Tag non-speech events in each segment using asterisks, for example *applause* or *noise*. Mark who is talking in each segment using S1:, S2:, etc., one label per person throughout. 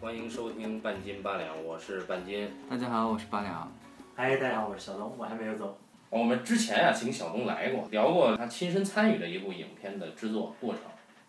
S1: 欢迎收听半斤八两，我是半斤。
S2: 大家好，我是八两。
S3: 哎，大家好，我是小东，我还没有走。
S1: 我们之前啊，请小东来过，聊过他亲身参与的一部影片的制作过程，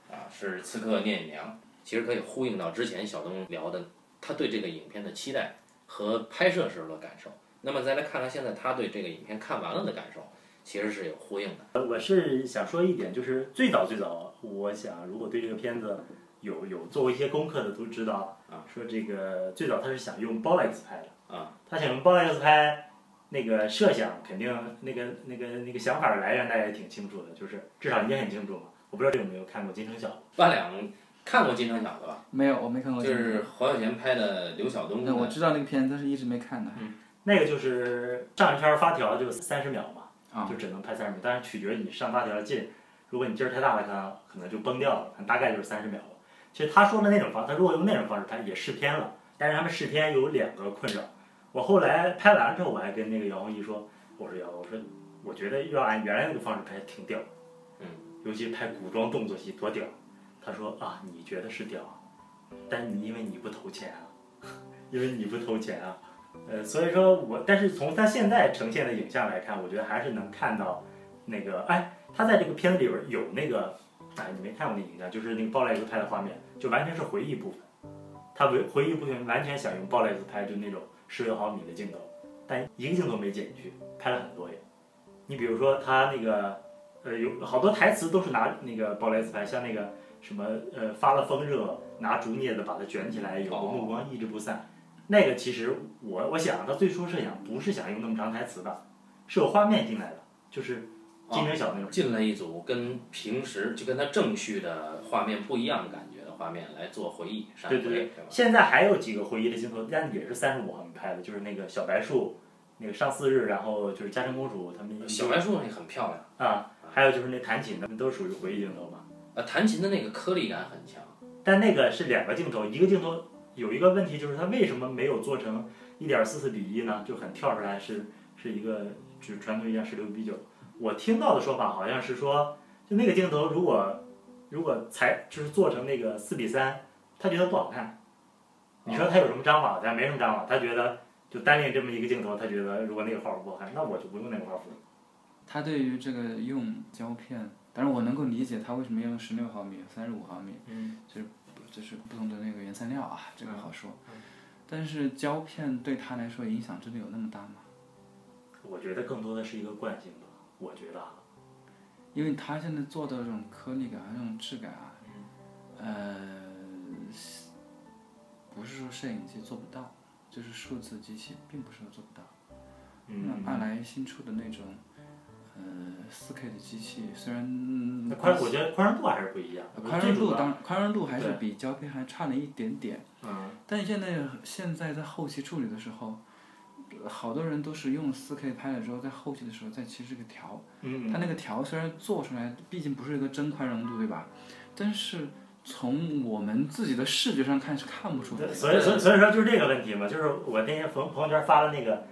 S1: 啊，是《刺客聂隐娘》。其实可以呼应到之前小东聊的，他对这个影片的期待和拍摄时候的感受。那么再来看看现在他对这个影片看完了的感受，其实是有呼应的。
S3: 呃我是想说一点，就是最早最早，我想如果对这个片子有有做过一些功课的都知道，
S1: 啊，
S3: 说这个最早他是想用 Bolex 拍的，
S1: 啊，
S3: 他想用 Bolex 拍，那个设想肯定那个那个那个想法的来源大家也挺清楚的，就是至少你也很清楚嘛。我不知道你有没有看过《金城小子
S1: 八两看过《金城小子》吧？
S2: 没有，我没看过
S1: 就
S2: 这个。
S1: 是侯孝贤拍的刘晓东
S2: 那我
S1: 的，
S2: 知道那个片子，但是一直没看的。
S3: 那个就是上一圈发条就三十秒嘛，
S2: 啊
S3: 就只能拍三十秒，但是取决于你上发条的劲。如果你劲儿太大了，可能可能就崩掉了，可能大概就是三十秒吧。其实他说的那种方，他如果用那种方式拍也试片了，但是他们试片有两个困扰。我后来拍完了之后，我还跟那个姚宏毅说，我说姚，我说我觉得要按原来那个方式拍挺屌，
S1: 嗯，
S3: 尤其拍古装动作戏多屌。他说啊，你觉得是屌啊，但你因为你不投钱啊， *laughs* 因为你不投钱啊，呃，所以说我，但是从他现在呈现的影像来看，我觉得还是能看到那个，哎，他在这个片子里边有那个，哎，你没看过那影像，就是那个鲍莱斯拍的画面，就完全是回忆部分，他回回忆部分完全想用鲍莱斯拍，就那种十六毫米的镜头，但一个镜头没剪进去，拍了很多也。你比如说他那个，呃，有好多台词都是拿那个鲍莱斯拍，像那个什么，呃，发了风热，拿竹镊子把它卷起来，有个目光一直不散。那个其实我我想他啊最初设想不是想用那么长台词的，是有画面进来的，就是金城小那种。
S1: 进来一组跟平时就跟他正序的画面不一样的感觉的画面来做回忆闪回，
S3: 对对对
S1: 吧，
S3: 现在还有几个回忆的镜头，但也是三十五毫米拍的，就是那个小白树，那个上巳日，然后就是嘉诚公主他们
S1: 小白树那很漂亮，
S3: 啊，还有就是那弹琴的，都属于回忆镜头嘛。
S1: 呃，弹琴的那个颗粒感很强。
S3: 但那个是两个镜头，一个镜头有一个问题就是它为什么没有做成一点四四比一呢？就很跳出来是是一个就是传统意义上十六比九。我听到的说法好像是说，就那个镜头如果如果裁就是做成那个四比三，他觉得不好看。你说他有什么章法？咱没什么章法，他觉得就单练这么一个镜头，他觉得如果那个画幅不好看，那我就不用那个画幅。
S2: 他对于这个用胶片，当然我能够理解他为什么要用十六毫米、三十五毫米，
S3: 嗯，
S2: 就是不同的那个原材料啊，这个好说
S3: 嗯。
S2: 但是胶片对他来说影响真的有那么大吗？
S3: 我觉得更多的是一个惯性吧，我觉得啊。
S2: 因为他现在做的这种颗粒感、这种质感啊，呃，不是说摄影机做不到，就是数字机器并不是说做不到。
S3: 嗯，
S2: 那爱来新出的那种，呃，四 K 的机器，虽然嗯
S3: 那宽，我觉得宽容度还是不一样。
S2: 呃宽容
S3: 最主
S2: 度
S3: 要
S2: 当宽容度还是
S3: 对
S2: 比胶片还差了一点点，
S3: 嗯，
S2: 但现在现在在后期处理的时候，呃好多人都是用四 K 拍了之后，在后期的时候再其实这个调，
S3: 嗯，
S2: 它那个调虽然做出来，毕竟不是一个真宽容度，对吧？但是从我们自己的视觉上看是看不出来
S3: 对
S2: 的。
S3: 所以所以所以说就是这个问题嘛，就是我那天朋朋友圈发了那个，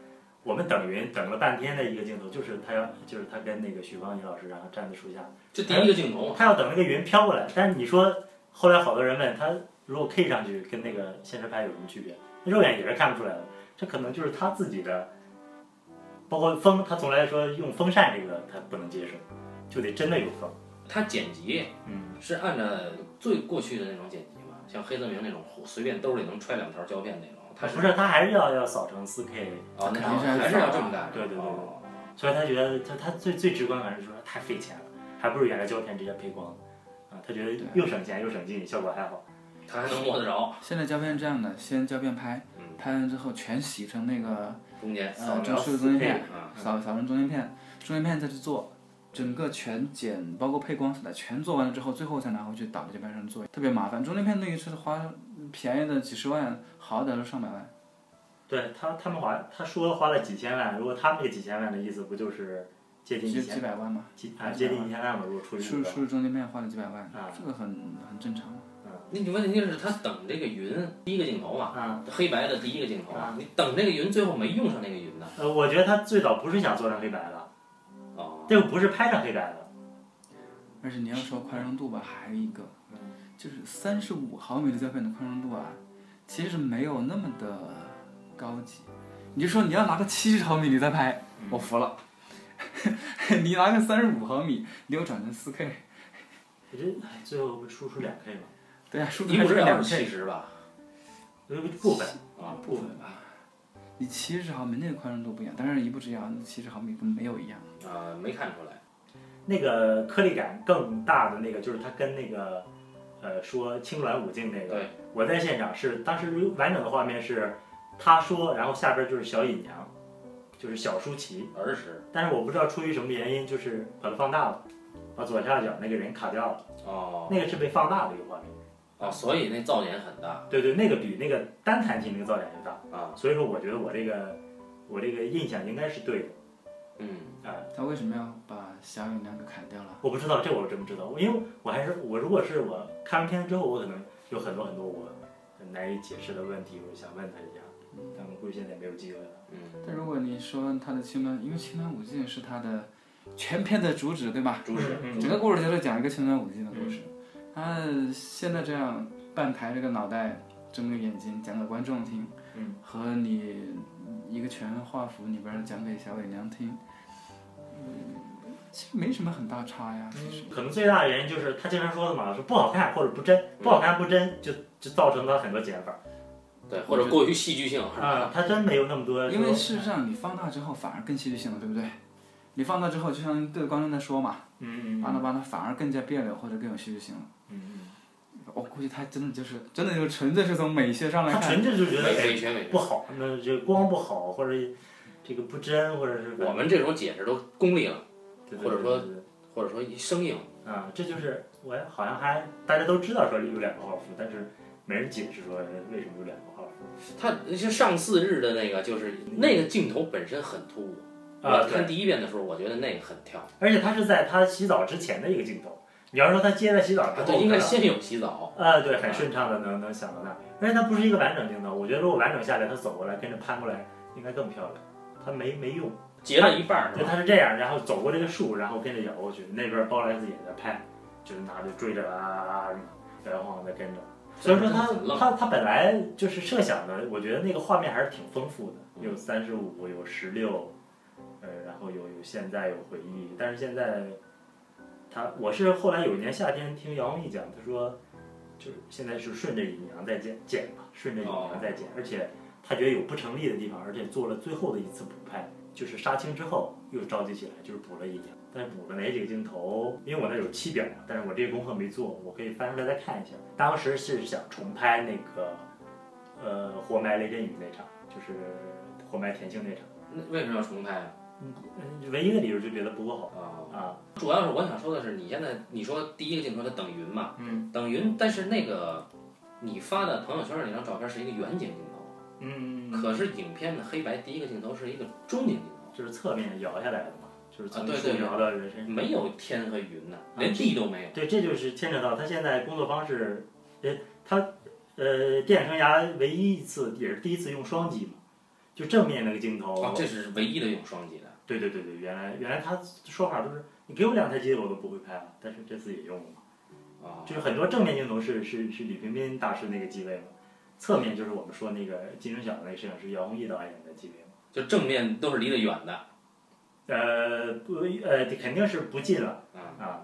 S3: 我们等云等了半天的一个镜头，就是他要就是他跟那个许芳宜老师，然后站在树下，
S1: 这第一个镜头嘛，
S3: 他要等那个云飘过来。但是你说后来好多人问他，如果 K 上去跟那个现实拍有什么区别？肉眼也是看不出来的，这可能就是他自己的，包括风，他从来说用风扇这个他不能接受，就得真的有风。
S1: 他剪辑
S3: 嗯，
S1: 是按照最过去的那种剪辑嘛，像黑泽明那种随便兜里能揣两条胶片那种，他
S3: 不是，他还是要要扫成四 K
S1: 哦，那
S2: 肯定是
S1: 还是要这么干，
S3: 对对对对
S1: 哦
S3: 所以他觉得他他最最直观感是说太费钱了，还不如原来胶片直接配光，啊，他觉得
S2: 对
S3: 又省钱又省劲，效果还好。
S1: 他还能摸得着，
S2: 现在胶片是这样的，先胶片拍
S1: 嗯，
S2: 拍完之后全洗成那个
S1: 中间
S2: 呃
S3: 描
S2: 中式的中间片，
S1: 啊，
S2: 扫扫成中间片，中间片再去做，整个全剪，包括配光什么的，全做完了之后，最后才拿回去打到键盘上做，特别麻烦。中间片那一次花便宜的几十万，好歹都上百万。
S3: 对他他们花他说花了几千万，如果他们这个几千万的意思不就是接近
S2: 几
S3: 一
S2: 几
S3: 千
S2: 百万嘛，
S3: 几啊接近一千万吧？如果除以
S2: 出
S3: 五个，
S2: 出入中间片花了几百万
S3: 啊，
S2: 这个很很正常。
S1: 那你问题是，他等这个云第一个镜头嘛，
S3: 啊，
S1: 黑白的第一个镜头
S3: 啊，
S1: 你等这个云最后没用上那个云呢，
S3: 呃，我觉得他最早不是想做成黑白的，
S1: 哦，
S3: 这个不是拍成黑白的，
S2: 而且你呃要说宽容度吧，还有一个，就是三十五毫米的胶片的宽容度啊，其实没有那么的高级。你就说你要拿个七十毫米你再拍，
S3: 嗯
S2: 我服了。 *laughs* 你拿个三十五毫米，你给我转成四 K，
S3: 我觉得哎最后不输出两 K 嘛，
S2: 对呀、数字
S1: 你
S2: 还
S1: 不
S2: 是
S1: 是
S2: 两
S1: 要
S2: K。
S1: 七十吧？
S3: 有一呃部分
S1: 啊，
S3: 部分吧。
S2: 你七十毫米那个宽容度不一样，但是一步之遥，七十毫米跟没有一样。
S3: 嗯
S1: 啊，没看出来。
S3: 那个颗粒感更大的那个，就是它跟那个，呃，说青鸾舞镜那个
S1: 对，
S3: 我在现场是当时完整的画面是，他说，然后下边就是小隐娘，就是小舒淇，
S1: 儿时
S3: 但是我不知道出于什么原因，就是把它放大了，把左下角那个人卡掉了，
S1: 哦
S3: 那个是被放大的一个画面。
S1: 哦，所以那噪点很大
S3: 对对，那个比那个单弹琴那个噪点要大，
S1: 啊。
S3: 所以说我觉得我这个我这个印象应该是对的。
S1: 嗯，
S2: 他为什么要把小影亮给砍掉了？
S3: 我不知道，这我真不知道，因为我还是我如果是我看完片子之后，我可能有很多很多我难以解释的问题，我就想问他一下，但我估计现在没有机会了。
S1: 嗯
S2: 但如果你说他的青鸾，因为青鸾舞镜是他的全片的主旨，对吧？
S1: 主使
S3: 嗯
S2: 整个故事就是讲一个青鸾舞镜的故事。他现在这样半抬着个脑袋，睁个眼睛讲给观众听，
S3: 嗯
S2: 和你一个全画幅里边讲给小影亮听，嗯，其实没什么很大差呀。其实
S3: 可能最大的原因就是他经常说的嘛，说不好看或者不真，不好看不真就就造成了很多减法
S1: 对，或者过于戏剧性是
S3: 啊
S1: 吧？，
S3: 他真没有那么多说。
S2: 因为事实上你放大之后反而更戏剧性了，对不对？你放大之后，就像对着观众在说嘛，
S3: 嗯嗯
S2: 巴拉巴拉，反而更加别扭或者更有戏剧性了。
S3: 嗯，
S2: 我估计他真的就是，真的就是纯粹是从美学上来
S3: 嗯他
S2: 看，
S3: 纯粹就觉得
S1: 美
S3: 哎
S1: 美学美学
S3: 不好，那这个光不好或者这个不真或者是
S1: 我们这种解释都功利了，
S3: 对对
S1: 或者
S3: 对
S1: 说
S3: 对对
S1: 或者说生硬。
S3: 啊，这就是我好像还大家都知道说有两个号服，但是没人解释说为什么有两个号服。
S1: 他就上四日的那个，就是那个镜头本身很突兀。
S3: 啊
S1: 我看
S3: 对
S1: 第一遍的时候，我觉得那个很跳。
S3: 而且他是在他洗澡之前的一个镜头，你要说他接在洗澡之
S1: 啊，
S3: 后，
S1: 对，应该
S3: 可能
S1: 先有洗澡。
S3: 啊，对，很顺畅的能能想到那儿，而且它不是一个完整镜头，我觉得如果完整下来，他走过来跟着攀过来，应该更漂亮。他没没用，
S1: 截了一半儿是
S3: 对，
S1: 吧？
S3: 他是这样，然后走过这个树，然后跟着摇过去，那边包莱斯也在拍，就是拿着追着啊啊啊，摇摇晃晃在跟着。所以说他
S1: 很愣
S3: 他他本来就是设想的，我觉得那个画面还是挺丰富的，有三十五，有十六，呃，然后有有现在有回忆，但是现在他我是后来有一年夏天听姚明讲，他说就是现在是顺着隐娘在剪剪嘛，顺着隐娘在剪，而且他觉得有不成立的地方，而且做了最后的一次补拍，就是杀青之后又召集起来，就是补了一年，但是补了哪几个镜头？因为我那有七表，但是我这个功课没做，我可以翻出来再看一下。当时是想重拍那个，呃，活埋雷震宇那场，就是活埋田径那场。
S1: 那为什么要重拍啊？
S3: 嗯，唯一的理由就觉得不够好
S1: 啊，
S3: 啊。
S1: 主要是我想说的是，你现在你说第一个镜头它等云嘛，
S3: 嗯
S1: 等云，但是那个你发的朋友圈那张照片是一个远景镜头，
S3: 嗯，
S1: 可是影片的黑白第一个镜头是一个中景镜
S3: 就是侧面摇下来的嘛，就是
S1: 啊
S3: 从
S1: 对
S3: 树
S1: 对
S3: 摇到人身
S1: 头，
S3: 上。
S1: 没有天和云呐、
S3: 啊
S1: 连地都没有。
S3: 对，这就是牵扯到他现在工作方式，呃，他呃电影生涯唯一一次也是第一次用双击嘛，就正面那个镜头。
S1: 哦，这是唯一的用双啊击的。
S3: 对对对对，原来原来他说法都是你给我两台机子我都不会拍了，但是这次也用了嘛，
S1: 哦，
S3: 就是很多正面镜头是是是李冰冰大师那个机位嘛，侧面就是我们说那个金钟奖那个摄影师姚宏毅导演的机位嘛。
S1: 就正面都是离得远的。
S3: 呃不呃肯定是不近了
S1: 啊，
S3: 啊，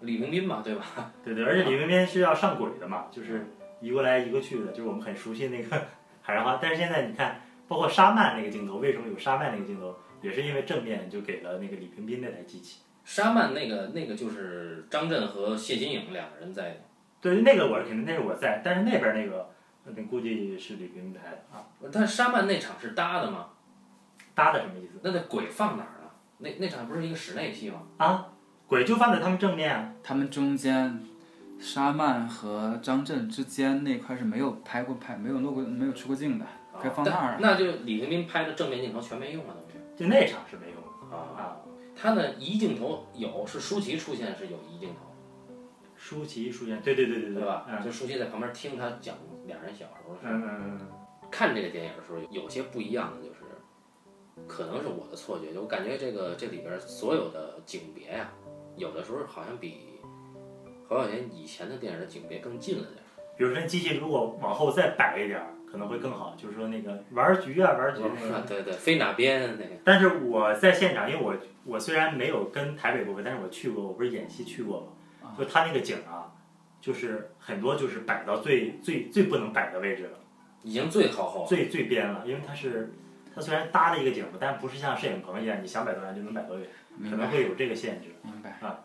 S1: 李冰冰嘛，对吧？
S3: 对对，而且李冰冰是要上轨的嘛，就是移过来移过去的，就是我们很熟悉那个 *laughs* 海上花。但是现在你看，包括沙曼那个镜头，为什么有沙曼那个镜头，也是因为正面就给了那个李冰冰那台机器。
S1: 沙曼那个那个就是张震和谢金颖两个人在，
S3: 对，那个我肯定那是我在，但是那边那个，那估计是李冰冰拍的啊。
S1: 但沙曼那场是搭的嘛？
S3: 搭的什么意思
S1: 那那鬼放哪儿了？那那场不是一个室内戏吗？
S3: 啊？轨就放在他们正面啊。
S2: 他们中间沙曼和张震之间那块是没有拍过拍，没有弄过，没有出过镜的，
S3: 哦
S1: 啊
S2: 该放那儿
S1: 但
S2: 了。
S1: 那就李冰冰拍的正面镜头全没用了，等于。
S3: 就那场是没用
S1: 啊
S3: 的啊，
S1: 他呢移镜头有是舒淇出现是有移镜头，
S3: 舒淇出现，对对对对
S1: 对吧？
S3: 嗯
S1: 就舒淇在旁边听他讲俩人小时候的事儿。
S3: 嗯嗯嗯
S1: 看这个电影的时候，有些不一样的就是，可能是我的错觉，就我感觉这个这里边所有的景别呀、有的时候好像比侯孝贤以前的电影的景别更近了点儿。
S3: 嗯，比如说机器如果往后再摆一点儿，可能会更好，就是说那个玩儿局啊，玩儿局那个。
S1: 啊， *laughs* 对对，飞哪边那个
S3: 但是我在现场，因为我我虽然没有跟台北部分，但是我去过，我不是演戏去过嘛，就他那个景儿啊，就是很多就是摆到最最最不能摆的位置了，
S1: 已经最靠后了，
S3: 最最边了，因为它是它虽然搭了一个景儿嘛，但不是像摄影棚一样，你想摆多远就能摆多远，
S2: 明
S3: 可
S2: 白
S3: 能会有这个限制
S2: 明白
S3: 啊。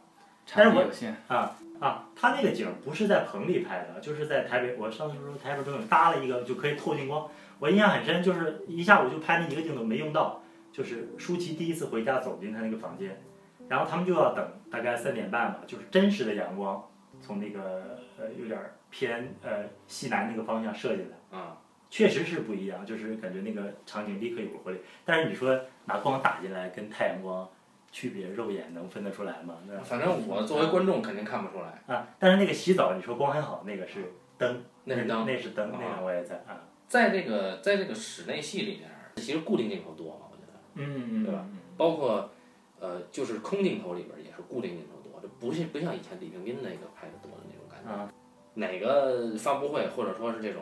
S2: 产
S3: 但是
S2: 品
S3: 我
S2: 有限，
S3: 啊啊。他那个景儿不是在棚里拍的，就是在台北，我上次说台北中影搭了一个就可以透进光，我印象很深，就是一下午就拍那一个镜头没用到，就是舒淇第一次回家走进他那个房间，然后他们就要等大概三点半吧，就是真实的阳光从那个呃有点儿偏呃西南那个方向射进来。
S1: 啊，
S3: 确实是不一样，就是感觉那个场景立刻有了活力。但是你说拿光打进来跟太阳光区别，肉眼能分得出来吗？那
S1: 反正我作为观众肯定看不出来，
S3: 啊，但是那个洗澡，你说光很好，那个是灯，
S1: 那是当
S3: 那是灯，
S1: 啊
S3: 那个我也在啊，
S1: 在这个在这个室内戏里面，其实固定镜头多嘛，我觉得，
S3: 嗯
S1: 对吧？包括呃，就是空镜头里边也是固定镜头多，这不是不像以前李冰冰那个拍的多的那种感觉。
S3: 啊
S1: 哪个发布会或者说是这种，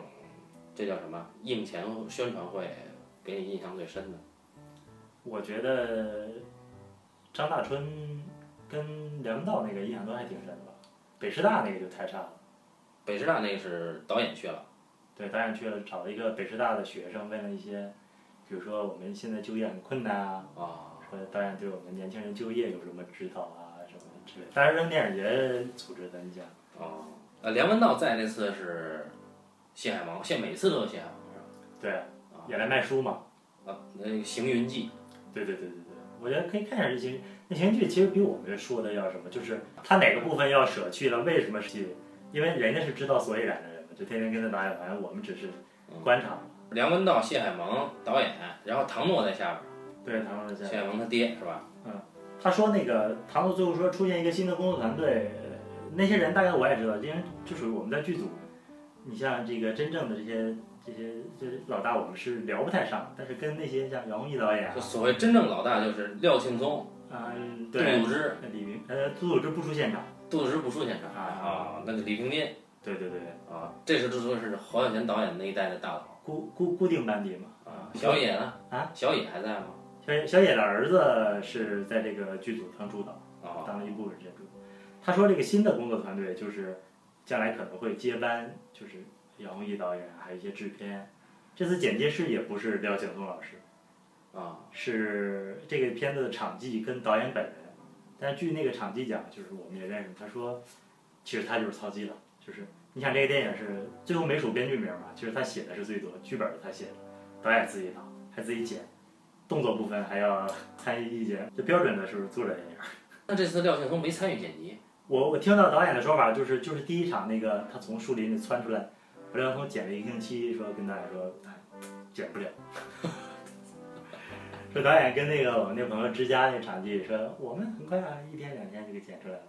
S1: 这叫什么映前宣传会，给你印象最深的？
S3: 我觉得张大春跟梁文道那个印象都还挺深的吧，北师大那个就太差了。
S1: 北师大那是导演去了，
S3: 对，导演去了找了一个北师大的学生，问了一些，比如说我们现在就业很困难啊，
S1: 啊，
S3: 说导演对我们年轻人就业有什么指导啊什么之类的。当然，扔电影节组织的，你想，
S1: 哦，呃，梁文道在那次是谢海芒，谢每次都有谢海芒是吧？
S3: 对，
S1: 啊
S3: 也来卖书嘛。
S1: 啊，那个《行云记
S3: 对对对对对，我觉得可以看一下这些那情剧，其实比我们说的要什么，就是他哪个部分要舍去了，为什么舍去？因为人家是知道所以然的人嘛，就天天跟着导演，反正我们只是观察。》，
S1: 梁文道、谢海芒导演，然后唐诺在下边
S3: 对，唐诺
S1: 儿，
S3: 先
S1: 谢海芒他爹是吧？
S3: 他说那个唐诺最后说出现一个新的工作团队，呃那些人大概我也知道，因为就属于我们在剧组。你像这个真正的这些这些这些老大，我们是聊不太上，但是跟那些像杨弘毅导演啊
S1: 就，所谓真正老大就是廖庆松、
S3: 嗯，
S1: 杜
S3: 对
S1: 鲁，之，
S3: 李明，呃，杜鲁之不出现场。
S1: 杜鲁之不出现场
S3: 啊
S1: 啊，那个李冰冰
S3: 对对对。
S1: 啊，这是这都是侯孝贤导演那一代的大佬
S3: 固固固定班底嘛。
S1: 啊，小野呢？
S3: 啊，
S1: 小野还在吗？
S3: 小野小野的儿子是在这个剧组当助导，
S1: 啊，
S3: 当了一部分监督。他说这个新的工作团队就是将来可能会接班，就是杨弘毅导演，还有一些制片。这次剪接师也不是廖景松老师，
S1: 啊，
S3: 是这个片子的场记跟导演本人。但据那个场记讲，就是我们也认识，他说，其实他就是操机了，就是你想这个电影是最后没数编剧名嘛，其实他写的是最多，剧本是他写的，导演自己导，还自己剪，动作部分还要参与意见，这标准的是作者电影。
S1: 那这次廖庆松没参与剪辑
S3: 我我听到导演的说法就是，就是第一场那个他从树林里窜出来，我廖通剪了一个星期，说跟导演说，哎，剪不了。 *laughs* 说导演跟那个我们那朋友之家那场地说，我们很快啊，一天两天就给剪出来了，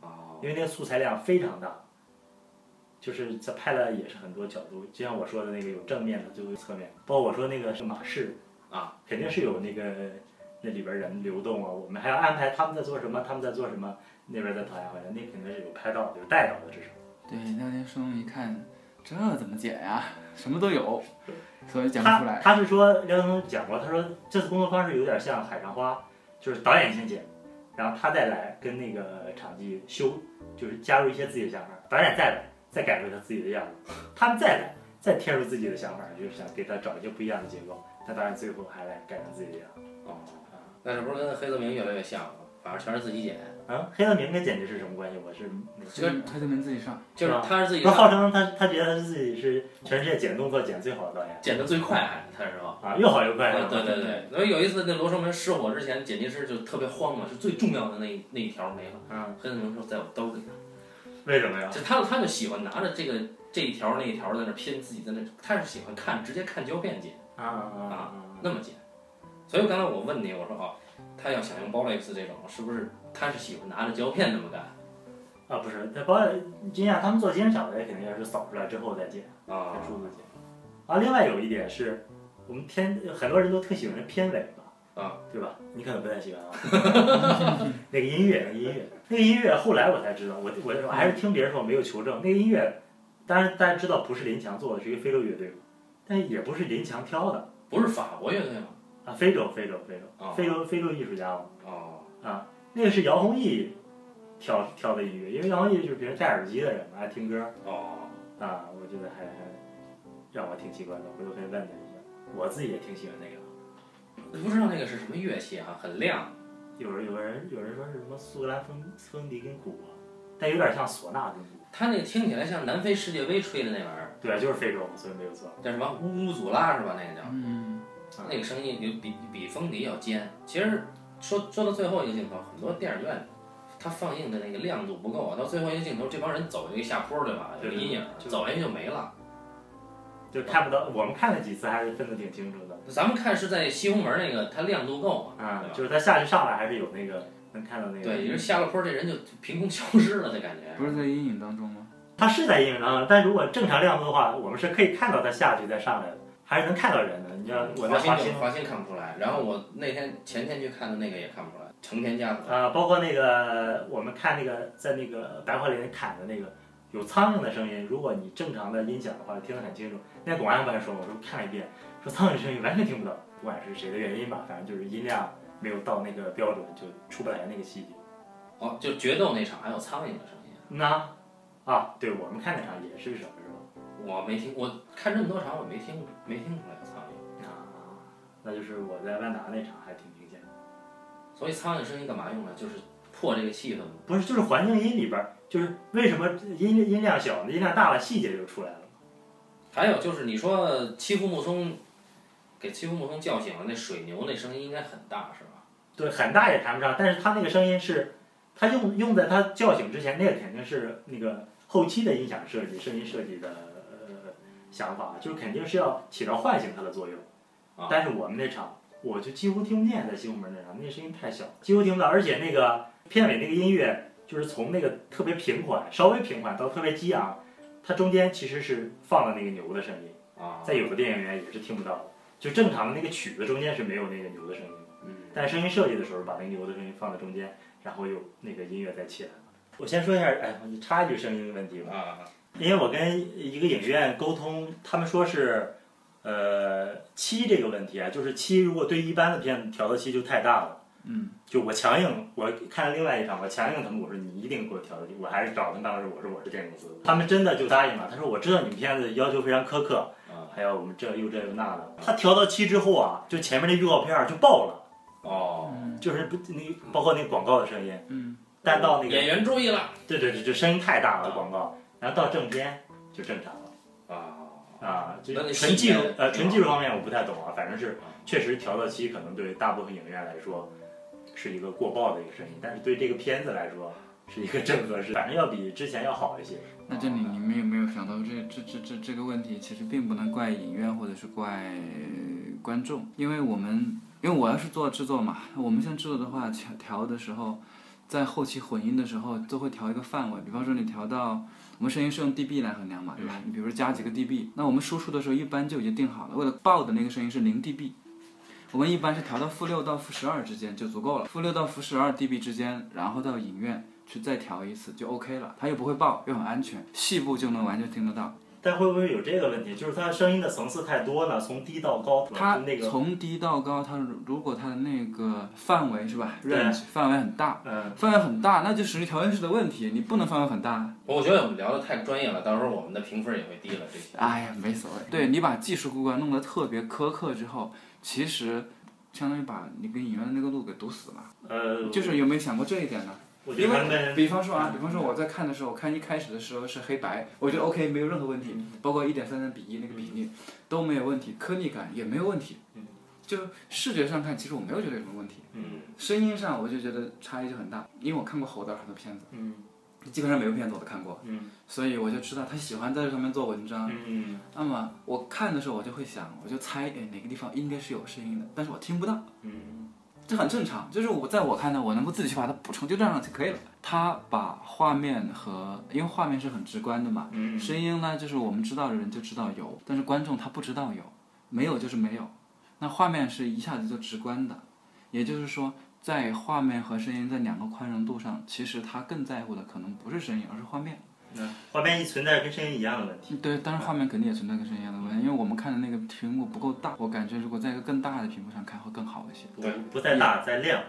S1: 啊
S3: 因为那个素材量非常大，就是他拍了也是很多角度，就像我说的那个有正面的，最后有侧面，包括我说那个是马氏，
S1: 啊，
S3: 肯定是有那个那里边人流动啊，我们还要安排他们在做什么，他们在做什么，那边在讨价还价，那肯定是有拍到的，有带到的，至少。
S2: 对，廖天松一看，这怎么剪呀？ *laughs* 什么都有，所以剪不出
S3: 他
S2: 来。
S3: 他是说廖东讲过，他说这次工作方式有点像海上花，就是导演先剪，然后他再来跟那个场记修，就是加入一些自己的想法，导演再来再改回他自己的样子，他们再来再添入自己的想法，就是想给他找一些不一样的结构，但导演最后还来改成自己的样子。
S1: 哦，那这不是跟黑泽明越来越像了吗？反正全是自己剪，
S3: 啊，黑泽明跟剪辑是什么关系？我是啊没
S2: 这个推特能自己上，
S1: 就是
S3: 是吧
S1: 他是自己
S3: 不是号称他他觉得他自己是全世界剪动作剪最好的导演
S1: 剪的最快，还他是吧？
S3: 啊，又好又快
S1: 啊
S3: 啊！
S1: 对对对，因为有一次那罗生门失火之前，剪辑师就特别慌嘛，是最重要的那一那一条没了。
S3: 嗯，
S1: 黑泽明说在我兜里，
S3: 为什么呀？
S1: 就他他就喜欢拿着这个这一条那一条在那拼，自己在那他是喜欢看直接看胶片剪
S3: 啊啊啊！
S1: 那么剪，所以刚才我问你，我说哦，他要想用 Bolex 这种，是不是他是喜欢拿着胶片那么干
S3: 啊，不是，那包惊讶他们做精巧的，肯定要是扫出来之后再剪，再
S1: 啊？
S3: 数字剪。啊，另外有一点是，我们片很多人都特喜欢片尾吧，
S1: 啊，
S3: 对吧？你可能不太喜欢啊。 *laughs* 那个音乐，那个音乐，那个音乐，后来我才知道，我我我还是听别人说，我没有求证。那个音乐，当然大家知道不是林强做的，是一个非洲乐队嘛，但也不是林强挑的
S1: 不是法国乐队吗？
S3: 啊，非洲非洲非洲
S1: 啊
S3: 非洲非洲艺术家嘛，
S1: 哦，
S3: 那个是姚弘毅挑挑的音乐，因为姚弘毅就是平时戴耳机的人嘛，爱听歌
S1: 哦，
S3: 啊，我觉得还还让我挺奇怪的，回头可以问他一下。我自己也挺喜欢那个，
S1: 不知道那个是什么乐器啊，很亮。
S3: 有人有人有人说是什么苏格兰风风笛跟鼓啊，但有点像唢呐跟鼓。
S1: 它那个听起来像南非世界杯吹的那玩意儿，
S3: 对，啊就是非洲嘛，所以没有错。
S1: 叫什么乌乌祖拉是吧？那个叫。
S2: 嗯，
S3: 啊
S1: 那个声音就比比风笛要尖。其实说说到最后一个镜头，很多电影院它放映的那个亮度不够啊，到最后一个镜头，这帮人走一个下坡，对吧？有个
S3: 对
S1: 阴影，
S3: 就
S1: 走下去就没了。
S3: 就看不到，我们看了几次还是分得挺清楚的。
S1: 咱们看是在西红门那个，它亮度够嘛，
S3: 啊，
S1: 对吧？
S3: 就是他下去上来还是有那个能看到那个。
S1: 对，也就是下了坡，这人就凭空消失了的感觉。
S2: 不是在阴影当中吗？
S3: 它是在阴影当中，但如果正常亮度的话，我们是可以看到它下去再上来的，还是能看到人的。你像我在
S1: 嗯华
S3: 华
S1: 就
S3: 新
S1: 华新看不出来，然后我那天前天去看的那个也看不出来，成天家族。
S3: 啊，包括那个我们看那个在那个白桦林砍的那个有苍蝇的声音，如果你正常的音响的话，听得很清楚。那广安不还说吗，我说看了一遍，说苍蝇声音完全听不到，不管是谁的原因吧，反正就是音量没有到那个标准，就出不来那个细节。
S1: 哦，就决斗那场还有苍蝇的声音，
S3: 那啊，对我们看那场也是什么是吧？
S1: 我没听，我看这么多场我没听没听出来有苍蝇。
S3: 啊，那就是我在万达那场还挺明显的，
S1: 所以苍蝇声音干嘛用呢？就是破这个气氛嘛。
S3: 不是就是环境音里边儿，就是为什么音音量小，音量大了细节就出来了。
S1: 还有就是你说欺负木松，给欺负木松叫醒了，那水牛那声音应该很大是吧？
S3: 对，很大也谈不上，但是他那个声音是，他用用在他叫醒之前，那个肯定是那个后期的音响设计、声音设计的呃想法，就是肯定是要起到唤醒他的作用。
S1: 啊
S3: 但是我们那场，我就几乎听不见，在西红门那场，那个声音太小，几乎听不到，而且那个片尾那个音乐，就是从那个特别平缓，稍微平缓到特别激昂，它中间其实是放了那个牛的声音，
S1: 啊，
S3: 在有的电影院也是听不到的，就正常的那个曲子中间是没有那个牛的声音的。
S1: 嗯，
S3: 但声音设计的时候，把那个牛的声音放在中间，然后又那个音乐再起来了。我先说一下，哎，我就插一句声音的问题吧，
S1: 啊，
S3: 因为我跟一个影院沟通，他们说是，呃，七这个问题啊，就是七如果对一般的片子调到七就太大了，
S2: 嗯，
S3: 就我强硬，我看了另外一场，我强硬他们，我说你一定给我调到七，我还是找他们当时我说我是电影公司的，他们真的就答应了，他说我知道你们片子要求非常苛刻，
S1: 啊
S3: 还有我们这又这又那的，他调到七之后啊，就前面那预告片儿就爆了。
S1: 哦，
S2: 嗯
S3: 就是不那个包括那个广告的声音，
S2: 嗯，
S3: 但到那
S1: 演
S3: 个
S1: 员注意了
S3: 对对对，就声音太大了
S1: 啊
S3: 广告，然后到正片就正常了
S1: 啊，
S3: 啊，就
S1: 那那
S3: 纯技术
S1: 细节
S3: 呃纯技术方面我不太懂啊，反正是
S1: 啊
S3: 确实调到七可能对大部分影院来说是一个过曝的一个声音，但是对这个片子来说是一个正合适，反正要比之前要好一些。
S2: 那这里你们有没有想到这这这这这个问题？其实并不能怪影院或者是怪呃观众，因为我们因为我要是做制作嘛，我们现在制作的话调调的时候，在后期混音的时候都会调一个范围，比方说你调到。我们声音是用 dB 来衡量嘛，对吧？你比如说加几个 dB，那我们输出的时候一般就已经定好了，为了爆的那个声音是零 dB，我们一般是调到负六到负十二之间就足够了，负六到负十二 dB 之间，然后到影院去再调一次就 OK 了，它又不会爆，又很安全，细部就能完全听得到。
S3: 但会不会有这个问题，就是它声音的层次太多呢？从低到高，
S2: 它
S3: 就那个
S2: 从低到高，它如如果它的那个范围是吧
S3: 对
S2: ，range 范围很大，
S3: 嗯，
S2: 范围很大，那就属于调音师的问题，你不能范围很大。
S1: 我觉得我们聊的太专业了，到时候我们的评分也会低了这些。
S2: 哎呀，没所谓。对你把技术过关弄得特别苛刻之后，其实相当于把你跟影院的那个路给堵死了。
S3: 呃，
S2: 就是有没有想过这一点呢？
S3: 我觉得他们嗯
S2: 比方说啊，比方说我在看的时候，我看一开始的时候是黑白，我觉得 OK 没有任何问
S3: 嗯
S2: 题，包括一点三三比一那个比例都没有问题，颗粒感也没有问题
S3: 嗯，
S2: 就视觉上看，其实我没有觉得有什么问题，
S3: 嗯
S2: 声音上我就觉得差异就很大，因为我看过侯导很多片子，
S3: 嗯
S2: 基本上每个片子我都看过，
S3: 嗯
S2: 所以我就知道他喜欢在这上面做文章。
S3: 嗯
S2: 那么我看的时候，我就会想，我就猜，哎，哪个地方应该是有声音的，但是我听不到。
S3: 嗯
S2: 这很正常，就是我在我看来，我能够自己去把它补充，就这样就可以了。他把画面和，因为画面是很直观的嘛，
S3: 嗯，
S2: 声音呢就是我们知道的人就知道有，但是观众他不知道有，没有就是没有。那画面是一下子就直观的，也就是说，在画面和声音在两个宽容度上，其实他更在乎的可能不是声音，而是画面。
S3: 画面一存在跟声音一样的问嗯题。
S2: 对，当然画面肯定也存在跟声音一样的问题，因为我们看的那个屏幕不够大，我感觉如果在一个更大的屏幕上看会更好一些。
S1: 对
S3: 不再大再亮，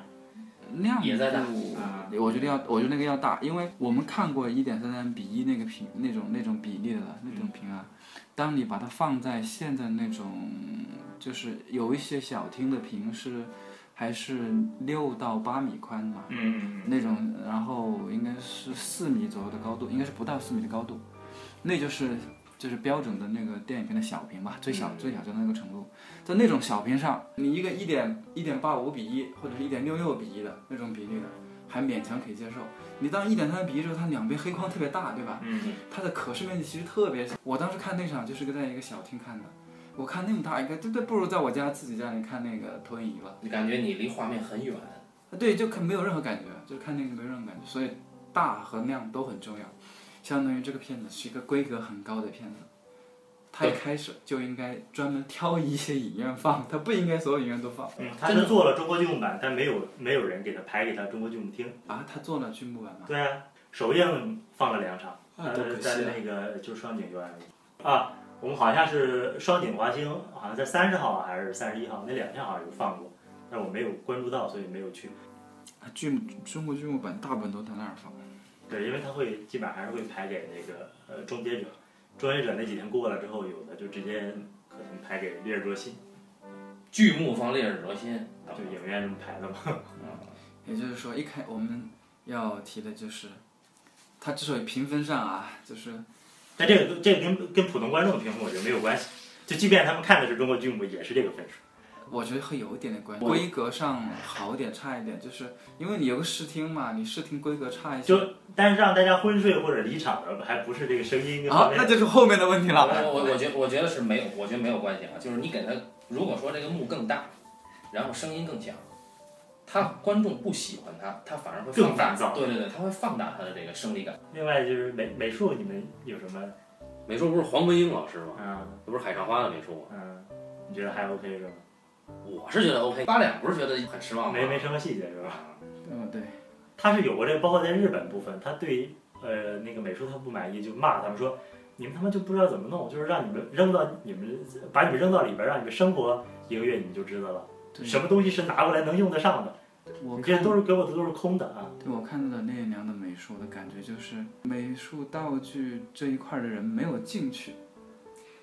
S2: 亮
S1: 也在大
S2: 度
S1: 啊
S2: 我觉得要，我觉得那个要大，因为我们看过一点三三比一那个屏那种那种比例的了那种屏啊，当你把它放在现在那种，就是有一些小厅的屏是还是六到八米宽嘛，
S3: 嗯，
S2: 那种，然后应该是四米左右的高度，应该是不到四米的高度，那就是就是标准的那个电影屏的小屏
S3: 嗯
S2: 吧，最小、最小就那个程度，在那种小屏上，你一个一点一点八五比一或者是一点六六比一的那种比例的，还勉强可以接受。你当一点三比一之后，它两边黑框特别大，对吧？
S3: 嗯，
S2: 它的可视面积其实特别小。我当时看那场就是个在一个小厅看的，我看那么大一个，对对，不如在我家自己家里看那个投影仪吧。
S1: 你感觉你离画面很远，
S2: 对，就看没有任何感觉，就是看那个没有任何感觉，所以大和量都很重要。相当于这个片子是一个规格很高的片子，它一开始就应该专门挑一些影院放，它不应该所有影院都放
S3: 嗯，他
S1: 真
S3: 是
S1: 的
S3: 做了中国剧目版，但没有没有人给他排给他中国剧目厅。
S2: 啊。它做了剧目版吗？
S3: 对啊，首映放了两场，
S2: 啊，多
S3: 呃，
S2: 可
S3: 在
S2: 惜啊！
S3: 那个就是双井游览啊，我们好像是双井华星，好像在三十号还是三十一号那两天好像有放过，但是我没有关注到，所以没有去。
S2: 啊剧目中国剧目版大部分都在那儿放。
S3: 对，因为他会基本上还是会排给那个呃终结者，终结者那几天过了之后，有的就直接可能排给烈日灼心，
S1: 剧目放《烈日灼心
S3: 就影院这么排的嘛。》
S2: 也就是说，一开我们要提的就是，它之所以评分上啊，就是
S3: 但这个这个跟跟普通观众的评分我觉得没有关系，就即便他们看的是中国剧目，也是这个分数。
S2: 我觉得会有一点点关系，
S1: 我
S2: 规格上好一点，差一点，就是因为你有个试听嘛，你试听规格差一些
S3: 就但是让大家昏睡或者离场的，还不是这个声音跟
S2: 啊
S3: 画，面
S2: 那就是后面的问题了。
S1: 我我我觉我觉得是没有，我觉得没有关系啊。就是你给他，如果说这个幕更大，然后声音更响，他观众不喜欢他，他反而会放大
S3: 更烦躁。
S1: 对对对，他会放大他的这个生理感。
S3: 另外就是美美术，你们有什么？
S1: 美术不是黄文英老师吗？
S3: 嗯
S1: 不是海上花的美术吗？
S3: 嗯，你觉得还 OK 是吧？
S1: 我是觉得 OK。八两不是觉得很失望吗？
S3: 没没什么细节是吧？
S1: 啊
S2: 嗯，对，
S3: 他是有过这个，包括在日本部分，他对呃那个美术他不满意，就骂他们说，你们他妈就不知道怎么弄，就是让你们扔到你们把你们扔到里边儿，让你们生活一个月，你们就知道了，
S2: 对
S3: 什么东西是拿过来能用得上的，
S2: 我
S3: 你
S2: 看
S3: 这都是给我的都是空的啊。
S2: 对我看到的聂隐娘的美术，我的感觉就是美术道具这一块的人没有进去，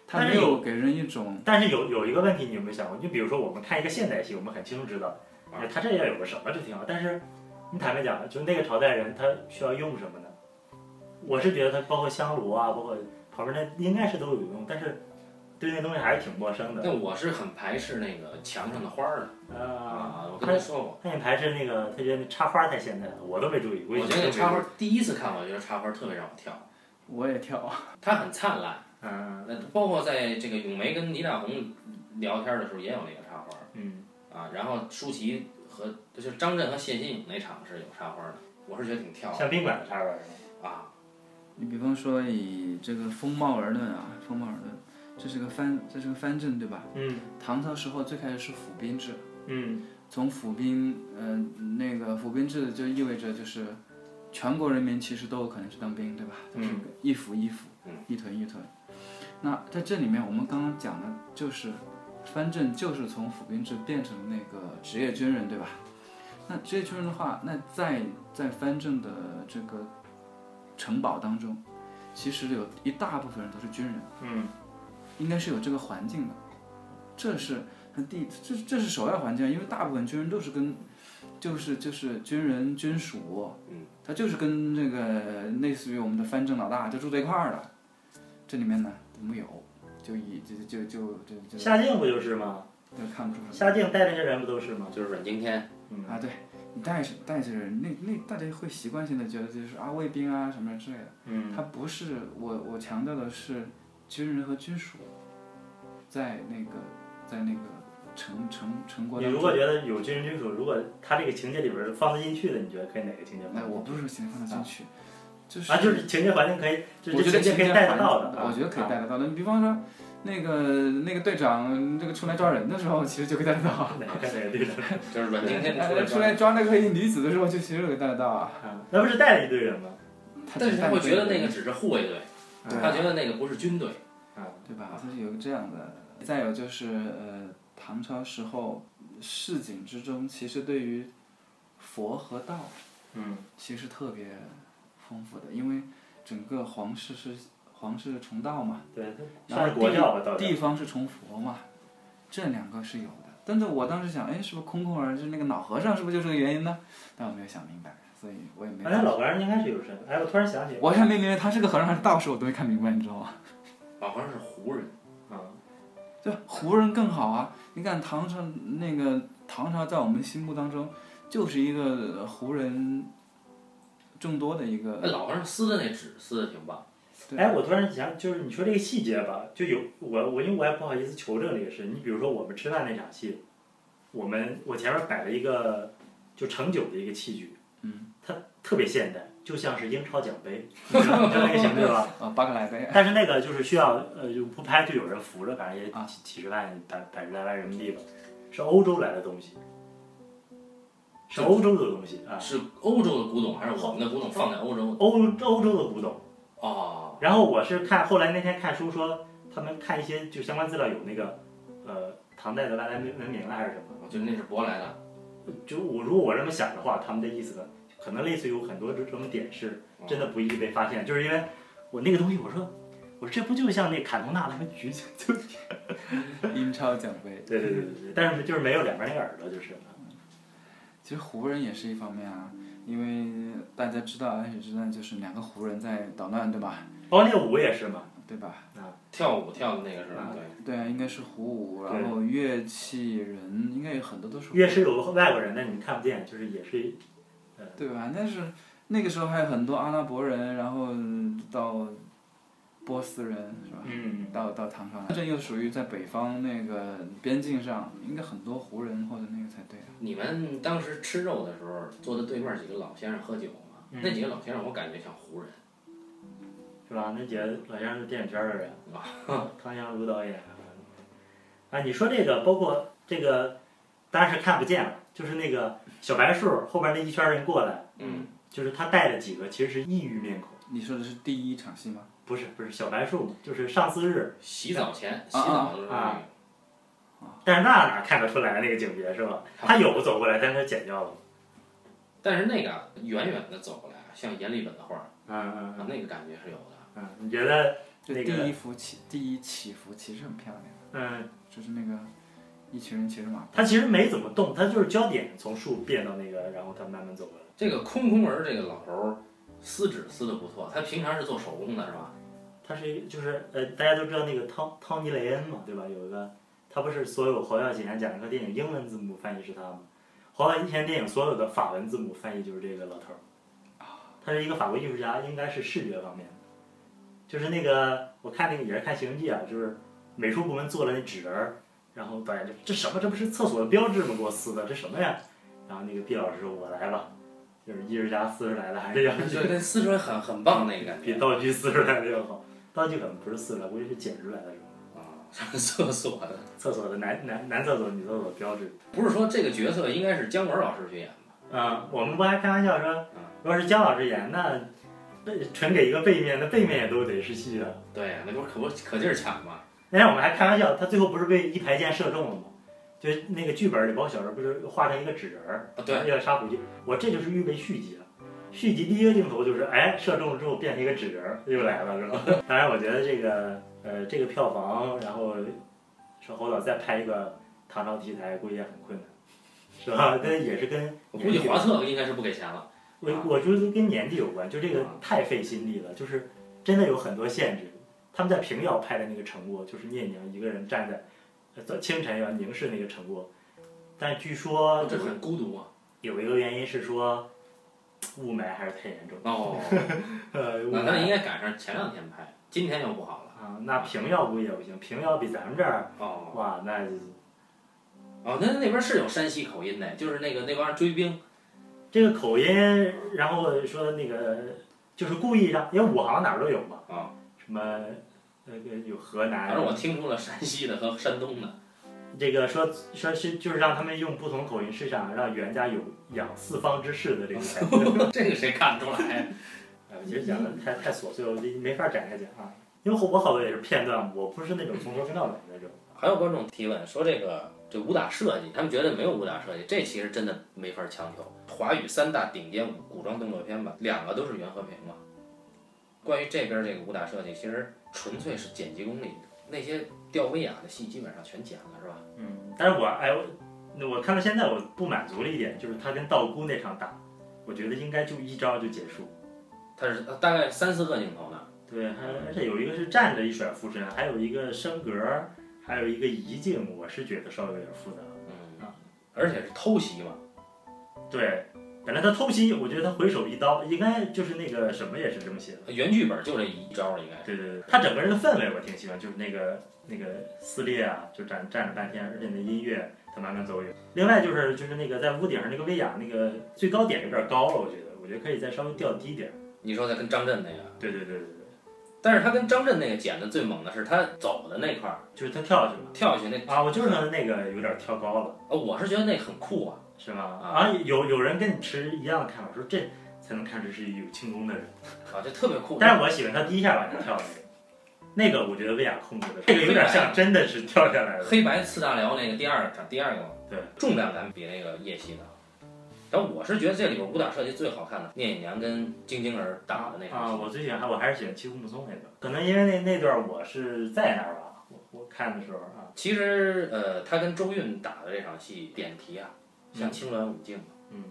S2: 他
S3: 但
S2: 没
S3: 是有
S2: 有给人一种
S3: 但是有有一个问题，你有没有想过？你比如说我们看一个现代戏，我们很清楚知道，
S1: 啊
S3: 哎，他这要有个什么就挺好。但是你坦白讲，就是那个朝代人他需要用什么呢？我是觉得他包括香炉啊，包括旁边那应该是都有用，但是对那东西还是挺陌生的。
S1: 但我是很排斥那个墙上的花儿的
S3: 啊，
S1: 啊，我跟你说过。
S3: 那你还是那个，他觉得那插花太现代了，我都没注意。
S1: 我
S3: 一直
S1: 觉得
S3: 都没
S1: 插
S3: 注
S1: 花
S3: 意
S1: 儿第一次看，我觉得插花儿特别让我跳，
S2: 我也跳啊，
S1: 它很灿烂。
S3: 嗯
S1: 那包括在这个咏梅跟倪大红聊天的时候，也有那个插花儿。
S3: 嗯，
S1: 啊，然后舒淇和就是张震和谢欣颖那场是有插花的，我是觉得挺跳
S3: 像宾馆的插花是吧？
S1: 的啊，
S2: 你比方说以这个风貌而论啊，风貌而论，这是个藩，这是个藩镇对吧？
S3: 嗯
S2: 唐朝时候最开始是府兵制，
S3: 嗯
S2: 从府兵，嗯、那个府兵制就意味着就是全国人民其实都有可能去当兵，对吧？
S3: 嗯
S2: 就是一府一府
S1: 嗯，
S2: 一屯一屯。那在这里面，我们刚刚讲的就是藩镇，就是从府兵制变成那个职业军人，对吧？那职业军人的话，那在在藩镇的这个城堡当中，其实有一大部分人都是军人。
S3: 嗯，
S2: 应该是有这个环境的，这是很第这这是首要环境，因为大部分军人都是跟，就是就是军人军属，
S1: 嗯，
S2: 他就是跟这个类似于我们的藩镇老大就住在一块儿的，这里面呢我们有，就以就就就就就
S3: 夏静不就是吗？
S2: 就看不出什么
S3: 夏静带那些人不都是吗？
S1: 啊就是阮经 *laughs* 天，
S3: 嗯
S2: 啊，对你带着带着人，那那大家会习惯性的觉得就是啊卫兵啊什么之类的。
S3: 嗯，
S2: 它不是我我强调的是军人和军属，在那个在那个城城城国
S3: 你
S2: 当
S3: 如
S2: 中。
S3: 果觉得有军人军属，如果他这个情节里边儿放得进去的，你觉得可以哪个情节放？
S2: 哎，我不是说情况进去，就是
S3: 啊，就是情节环境可以，就
S2: 我
S3: 是
S2: 觉
S3: 这
S2: 得
S3: 情节可以
S2: 情
S3: 带
S2: 感
S3: 得到的。啊
S2: 我觉得可以带得到的。你比方说那个那个队长那个出来抓人的时候，其实就可以带得到。
S3: 啊 *laughs*
S2: *laughs*
S3: 哪个哪个队长？
S1: 就是阮经天出
S2: 哎
S1: 来
S2: 出
S1: 抓
S3: 嗯
S2: 来抓那个黑衣女子的时候，就其实可以带得到啊。
S3: 啊，那不是带了一队人吗？
S2: 他
S1: 但
S2: 只
S1: 是他
S2: 犯
S1: 会
S2: 规
S1: 觉得
S2: 了
S1: 那个只是护卫队，
S2: 对
S1: 他觉得那个不是军队。
S2: 对吧？它是有这样的。再有就是呃，唐朝时候市井之中，其实对于佛和道，嗯，其实特别丰富的，因为整个皇室是皇室崇道嘛，
S3: 对，
S2: 然
S3: 算
S2: 后
S3: 是国
S2: 地
S3: 教吧，到底。
S2: 地方是崇佛嘛，这两个是有的。但是我当时想，哎，是不是空空儿就是那个老和尚，是不是就是这个原因呢？但我没有想明白，所以我也没。
S3: 哎，老和尚应该是有神。哎，我突然想起，
S2: 我还没明白他是个和尚还是道士，我都没看明白，你知道吗？
S1: 啊，好像是胡人，
S3: 嗯，
S2: 对，胡人更好啊！你看唐朝那个唐朝，在我们心目当中，就是一个呃胡人众多的一
S1: 那
S2: 个。
S1: 老和尚撕的那纸撕的挺棒，
S2: 对
S3: 哎，我突然想，就是你说这个细节吧，就有我我因为我也不好意思求证这个事。你比如说我们吃饭那场戏，我们我前面摆了一个就盛酒的一个器具，嗯，它特别现代，就像是英超奖杯，你知道那个奖杯吧？
S2: 呃，巴克莱杯，
S3: 但是那个就是需要呃，就不拍就有人扶着，反正也
S2: 啊
S3: 几几十万、百百十来万人民币吧，是欧洲来的东西，是欧洲的东西啊，
S1: 是欧洲的古董还是我们的古董放在欧洲？
S3: 欧欧洲的古董。
S1: 哦，
S3: 然后我是看后来那天看书说，他们看一些就相关资料有那个呃唐代的外来文文明了啊还是什么，
S1: 就那是舶来的。
S3: 就我如果我这么想的话，他们的意思呢，可能类似于有很多这种点是嗯真
S1: 哦
S3: 的不易被发现，就是因为我那个东西，我说我说这不就像那坎通纳他们举起就
S2: 英超奖杯。
S3: 对对对对对，但是就是没有两边那个耳朵，就是
S2: 其实胡人也是一方面啊，因为大家知道安史之乱就是两个胡人在捣乱，对吧？
S3: 包括那个舞也是嘛，
S2: 对吧？
S1: 跳舞跳的那个是吧？对，
S2: 对啊，应该是胡舞，
S3: 对
S2: 然后乐器人应该有很多都是胡
S3: 越是有外国人，但你看不见，就是也是
S2: 对吧？但是那个时候还有很多阿拉伯人，然后到波斯人是吧？
S3: 嗯
S2: 到到唐朝来，这又属于在北方那个边境上，应该很多胡人或者那个才对啊。
S1: 你们当时吃肉的时候，坐在对面几个老先生喝酒嘛，
S3: 嗯
S1: 那几个老先生我感觉像胡人，
S3: 是吧？那姐老先生是电影圈的人啊，唐湘如导演啊，你说这个包括这个，当然是看不见了，就是那个小白树后边那一圈人过来，
S1: 嗯，
S3: 就是他带的几个其实是异域面孔，
S2: 你说的是第一场戏吗？
S3: 不是不是小白树，就是上巳日
S1: 洗澡前洗澡的时候
S3: 啊但是那哪看得出来那个景别是吧？他有走过来，但是他剪掉了。
S1: 但是那个啊远远的走过来啊，像阎立本的画儿，
S3: 嗯嗯
S1: 啊，那个感觉是有的。
S3: 嗯，你觉得
S2: 就
S3: 那
S2: 第
S3: 个
S2: 一幅起第一起伏其实很漂亮，
S3: 嗯，
S2: 就是那个一群人骑着马，
S3: 他其实没怎么动，他就是焦点从树变到那个，然后他慢慢走过来。
S1: 这个空空儿这个老头儿撕纸撕的不错，他平常是做手工的是 *laughs* 吧？
S3: 他是一个就是呃，大家都知道那个汤汤尼雷恩嘛，对吧？有一个他不是所有侯孝贤讲一个电影英文字母翻译是他吗？侯孝贤电影所有的法文字母翻译就是这个老头儿。他是一个法国艺术家，应该是视觉方面的。就是那个我看那个也是看《行记》啊，就是美术部门做了那纸人儿，然后导演就这什么？这不是厕所的标志吗？给我撕的，这什么呀？然后那个毕老师说：“我来了。”就是艺术家撕出来的，还是要
S1: 对，那撕出来很很棒那个感
S3: 比
S1: 觉
S3: 道具撕出来的要好。道具可能不是撕出来，估计是剪出来的是吧？
S1: 啊， *laughs* 上厕所的。
S3: 厕所的男男男厕所、女厕所标志。
S1: 不是说这个角色应该是姜文老师去演吧？
S3: 嗯，我们不还开玩笑说，如果是姜老师演，那背纯给一个背面，那背面也都得是戏啊的。
S1: 对呀、那不是可不可劲儿抢嘛？
S3: 那天我们还开玩笑，他最后不是被一排箭射中了吗？就是那个剧本里，包括小时候不是画成一个纸人儿，
S1: 啊，对，
S3: 要杀虎记，我这就是预备续集了。续集第一个镜头就是，哎，射中了之后变成一个纸人儿，又来了，是吧？ *laughs* 当然，我觉得这个，呃，这个票房，然后说侯导再拍一个唐朝题材，估计也很困难，是吧？但也是跟
S1: 我估计华策应该是不给钱了。
S3: 我我觉得跟年纪有关，就这
S1: 啊
S3: 个太费心力了，就是真的有很多限制。他们在平遥拍的那个城郭，就是聂宁一个人站在，呃，清晨要凝视那个城郭，但据说
S1: 这很孤独啊。
S3: 有一个原因是说雾霾还是太严重，
S1: 哦，
S3: 呃，雾
S1: 那咱应该
S3: 霾
S1: 赶上前两天拍，今天又不好了。
S3: 啊，那平遥估计也不行，平遥比咱们这儿
S1: 哦
S3: 哇，那
S1: 哦，那那边是有山西口音的，就是那个那帮人追兵
S3: 这个口音，然后说那个就是故意让，因为武行哪儿都有嘛，
S1: 啊，
S3: 什么呃有河
S1: 反
S3: 南
S1: 正，我听出了山西的和山东的。
S3: 这个说说是就是让他们用不同口音，是想让袁家有养四方之势的这个感觉。
S1: *laughs* 这个谁看得出来？
S3: 哎，我其实讲的太太琐碎了，我就没法展开讲啊。因为我好多也是片段，我不是那种从头跟到尾那种。
S1: 还有观众提问说这个这武打设计，他们觉得没有武打设计，这其实真的没法强求。华语三大顶尖古装动作片吧，两个都是袁和平嘛。关于这边这个武打设计，其实纯粹是剪辑功力，那些吊威亚的戏基本上全剪了，是吧？
S3: 嗯，但是我哎，我那我看到现在我不满足了一点，就是他跟道姑那场打，我觉得应该就一招就结束。
S1: 它是呃大概三四个镜头呢，
S3: 对，还而且有一个是站着一甩附身，还有一个升格，还有一个移镜，我是觉得稍微有点复杂。
S1: 嗯，而且是偷袭嘛，
S3: 对，本来他偷袭，我觉得他回手一刀，应该就是那个什么也是这么写的。
S1: 原剧本就这一招应该。
S3: 对对对，他整个人的氛围我挺喜欢，就是那个那个撕裂啊，就站站了半天，而且那音乐它慢慢走远。另外就是就是那个在屋顶上那个威亚那个最高点有点高了，我觉得，我觉得可以再稍微调低点儿。
S1: 你说他跟张震那个，
S3: 对对对对对，
S1: 但是他跟张震那个剪的最猛的是他走的那块儿
S3: 就是他跳下去了
S1: 跳下去那，
S3: 啊，我就是说那个有点跳高了，
S1: 呃我是觉得那很酷啊，
S3: 是吗？
S1: 啊
S3: 啊，有有人跟你持一样的看法，说这才能看出是有轻功的人。
S1: 啊这特别酷。
S3: 但是我喜欢他第一下往下跳的那个，那个我觉得威亚控制的，这个有点像真的是跳下来了。
S1: 黑白四大辽那个第二场第二个嘛，
S3: 对，
S1: 重量感比那个夜袭的。然后我是觉得这里边武打设计最好看的，聂隐娘跟晶晶儿打的那场
S3: 啊，
S1: 戏，
S3: 我最喜欢，我还是喜欢七木松那段，可能因为那那段我是在那儿吧，我我看的时候啊，
S1: 其实呃，他跟周韵打的这场戏点题啊，像青鸾舞镜嘛
S3: 嗯，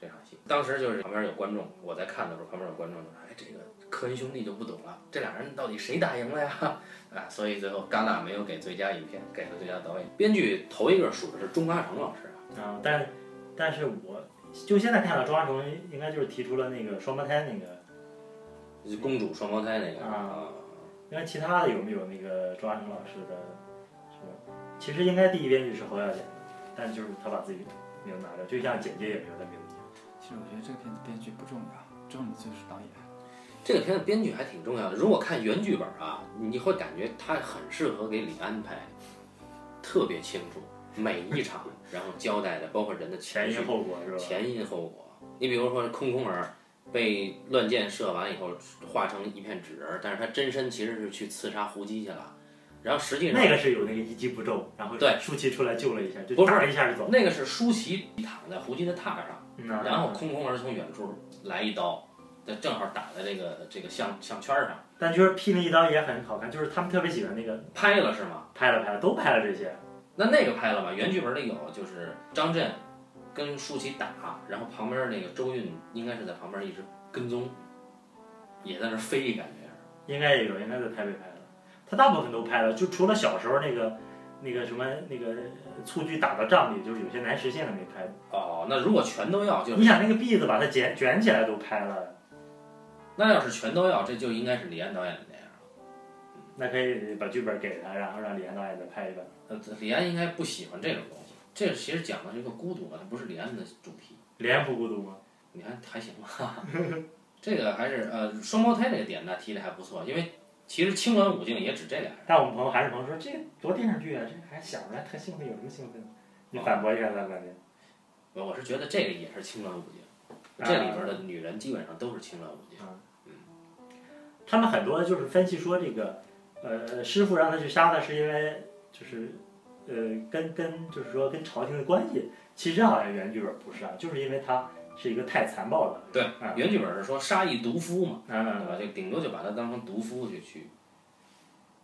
S1: 这场戏，当时就是旁边有观众，我在看的时候，旁边有观众就说：“哎，这个科恩兄弟就不懂了，这俩人到底谁打赢了呀？” *laughs* 啊，所以最后戛纳没有给最佳影片，给了最佳导演。编剧头一个数的是钟嘉诚老师啊，
S3: 啊，但但是我就现在看到庄华成应该就是提出了那个双胞胎那个，
S1: 就是公主双胞胎那个
S3: 啊因为其他的有没有那个庄华成老师的什么？其实应该第一编剧是侯耀贤的，但就是他把自己名字拿掉，就像简介也没有他名字。
S2: 其实我觉得这个片子编剧不重要，重要的就是导演。
S1: 这个片子编剧还挺重要的。如果看原剧本啊，你会感觉他很适合给李安拍，特别清楚每一场，然后交代的包括人的情
S3: 前
S1: 绪
S3: 因后果是吧？
S1: 前因后果。你比如说空空儿被乱箭射完以后化成一片纸人儿，但是他真身其实是去刺杀胡姬去了，然后实际上
S3: 那个是有那个一击不中，然后
S1: 对
S3: 舒淇出来救了一下，就
S1: 不是
S3: 打了一下就走。
S1: 那个是舒淇躺在胡姬的榻上，
S3: 嗯啊
S1: 然后空空儿从远处来一刀，这正好打在这个这个项项圈儿上，
S3: 啊但就是劈那一刀也很好看，就是他们特别喜欢那个
S1: 拍了是吗？
S3: 拍了拍了，都拍了这些。
S1: 那那个拍了吧？原剧本里有，就是张震跟舒淇打，然后旁边那个周韵应该是在旁边一直跟踪，也在那儿飞，感觉是。
S3: 应该也有，应该在台北拍的。他大部分都拍了，就除了小时候那个那个什么那个蹴鞠打到帐里，就是有些难实现的没拍。
S1: 哦，那如果全都要，就是
S3: 你想那个篦子把它卷卷起来都拍了，
S1: 那要是全都要，这就应该是李安导演的那样。
S3: 那可以把剧本给他，然后让李安导演再拍一本。
S1: 呃，李安应该不喜欢这种东西。这其实讲的是一个孤独嘛，它不是李安的主题。
S3: 李安不孤独吗？
S1: 你看还行吧， *laughs* 这个还是呃双胞胎这个点呢提的还不错，因为其实青鸾舞镜也指这俩人。
S3: 但我们朋友韩世鹏说这多电视剧啊，这还想着特兴奋，有什么兴奋的？你反驳一下他的观点。
S1: 我我是觉得这个也是青鸾舞镜，
S3: 啊
S1: 这里边的女人基本上都是青鸾舞镜。
S3: 他们很多就是分析说这个，呃，师傅让他去杀他是因为就是，呃，跟跟就是说跟朝廷的关系，其实好像原剧本不是啊，就是因为他是一个太残暴的人，
S1: 对
S3: 啊，
S1: 原剧本是说杀一毒夫嘛，对
S3: 嗯，
S1: 吧？就顶多就把他当成毒夫去去，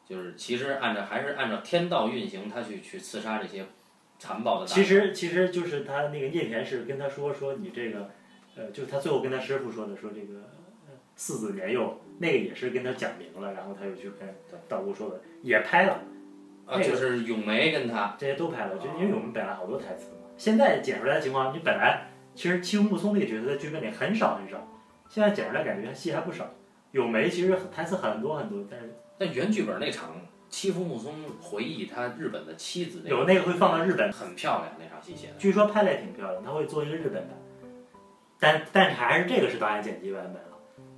S1: 就是其实按照还是按照天道运行，他去去刺杀这些残暴的大
S3: 其实其实就是他那个聂田是跟他说说你这个，呃，就是他最后跟他师傅说的说这个。呃四子年幼，那个也是跟他讲明了，然后他又去跟道姑说的，也拍了，
S1: 啊，
S3: 那个
S1: 就是咏梅跟他，
S3: 这些都拍了，就因为我们本来好多台词嘛。现在剪出来的情况，你本来其实七龙木松那个角色在剧本里很少很少，现在剪出来感觉戏还不少。咏梅其实台词很多很多，但是
S1: 但原剧本那场欺负木松回忆他日本的妻子那
S3: 有那个会放到日本，
S1: 很漂亮那场戏写的，
S3: 据说拍的也挺漂亮，他会做一个日本版，但但是还是这个是导演剪辑版本了，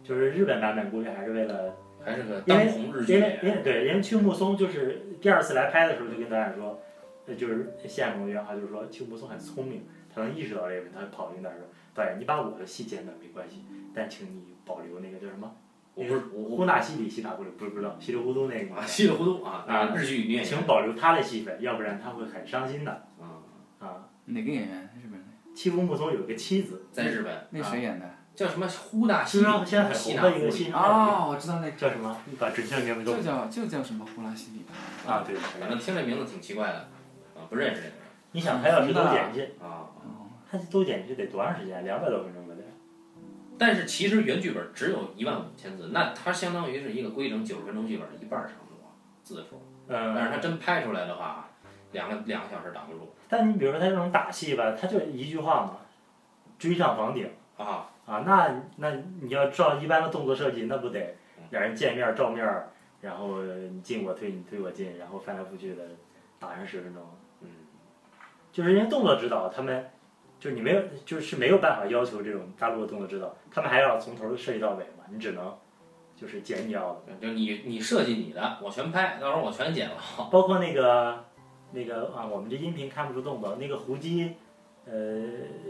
S3: 就是日本版本估计还是为了
S1: 还是个当红日剧
S3: 因为
S1: 演
S3: 因
S1: 员。
S3: 为对，因为青木松就是第二次来拍的时候就跟导演说，呃，就是谢海鹏的原话就是说青木松很聪明，他能意识到这个问题，他就跑进那儿说：“导演，你把我的戏剪短没关系，但请你保留那个叫什么
S1: 我不是我
S3: 呼纳西里西塔布里，不是不知道稀里糊涂那个
S1: 啊，，稀里糊涂啊，那日剧女演
S3: 请
S1: 员
S3: 保留他的戏份，要不然他会很伤心的
S1: 啊，
S3: 啊。
S2: 哪个演员？日本人？
S3: 七风木松有一个妻子，
S1: 在日本
S2: 那
S3: 啊
S2: 谁演的？
S1: 叫什么呼大西
S3: 现
S1: 里
S3: 在现在很
S1: 西纳
S3: 红的一
S1: 呼
S3: 个
S1: 里，
S3: 新啊，
S2: 哦，我知道那
S3: 叫什么？你把准确的名字给
S2: 就
S3: 我
S2: 叫就叫什么呼啦西里吧。
S3: 啊，对，
S1: 反正听这名字挺奇怪的啊，不认识这个人
S3: 你想他要是都剪辑，
S1: 啊。
S3: 他都剪辑得多长时间？两百多分钟吧得。
S1: 但是其实原剧本只有一万五千字，那它相当于是一个规整九十分钟剧本的一半儿长度啊字数。
S3: 嗯，
S1: 但是它真拍出来的话，啊两个两个小时挡不住
S3: 但你比如说他这种打戏吧，他就一句话嘛，追上房顶
S1: 啊。
S3: 啊，那那你要照一般的动作设计，那不得两人见面照面儿，然后你进我退，你退我进，然后翻来覆去的打上十分钟，
S1: 嗯，
S3: 就是因为动作指导他们。就是你没有，就是没有办法要求这种大陆的动作指导，他们还要从头设计到尾嘛，你只能就是剪你要的。
S1: 就你你设计你的，我全拍，到时候我全剪了。
S3: 包括那个那个啊，我们这音频看不出动作，那个胡姬，呃，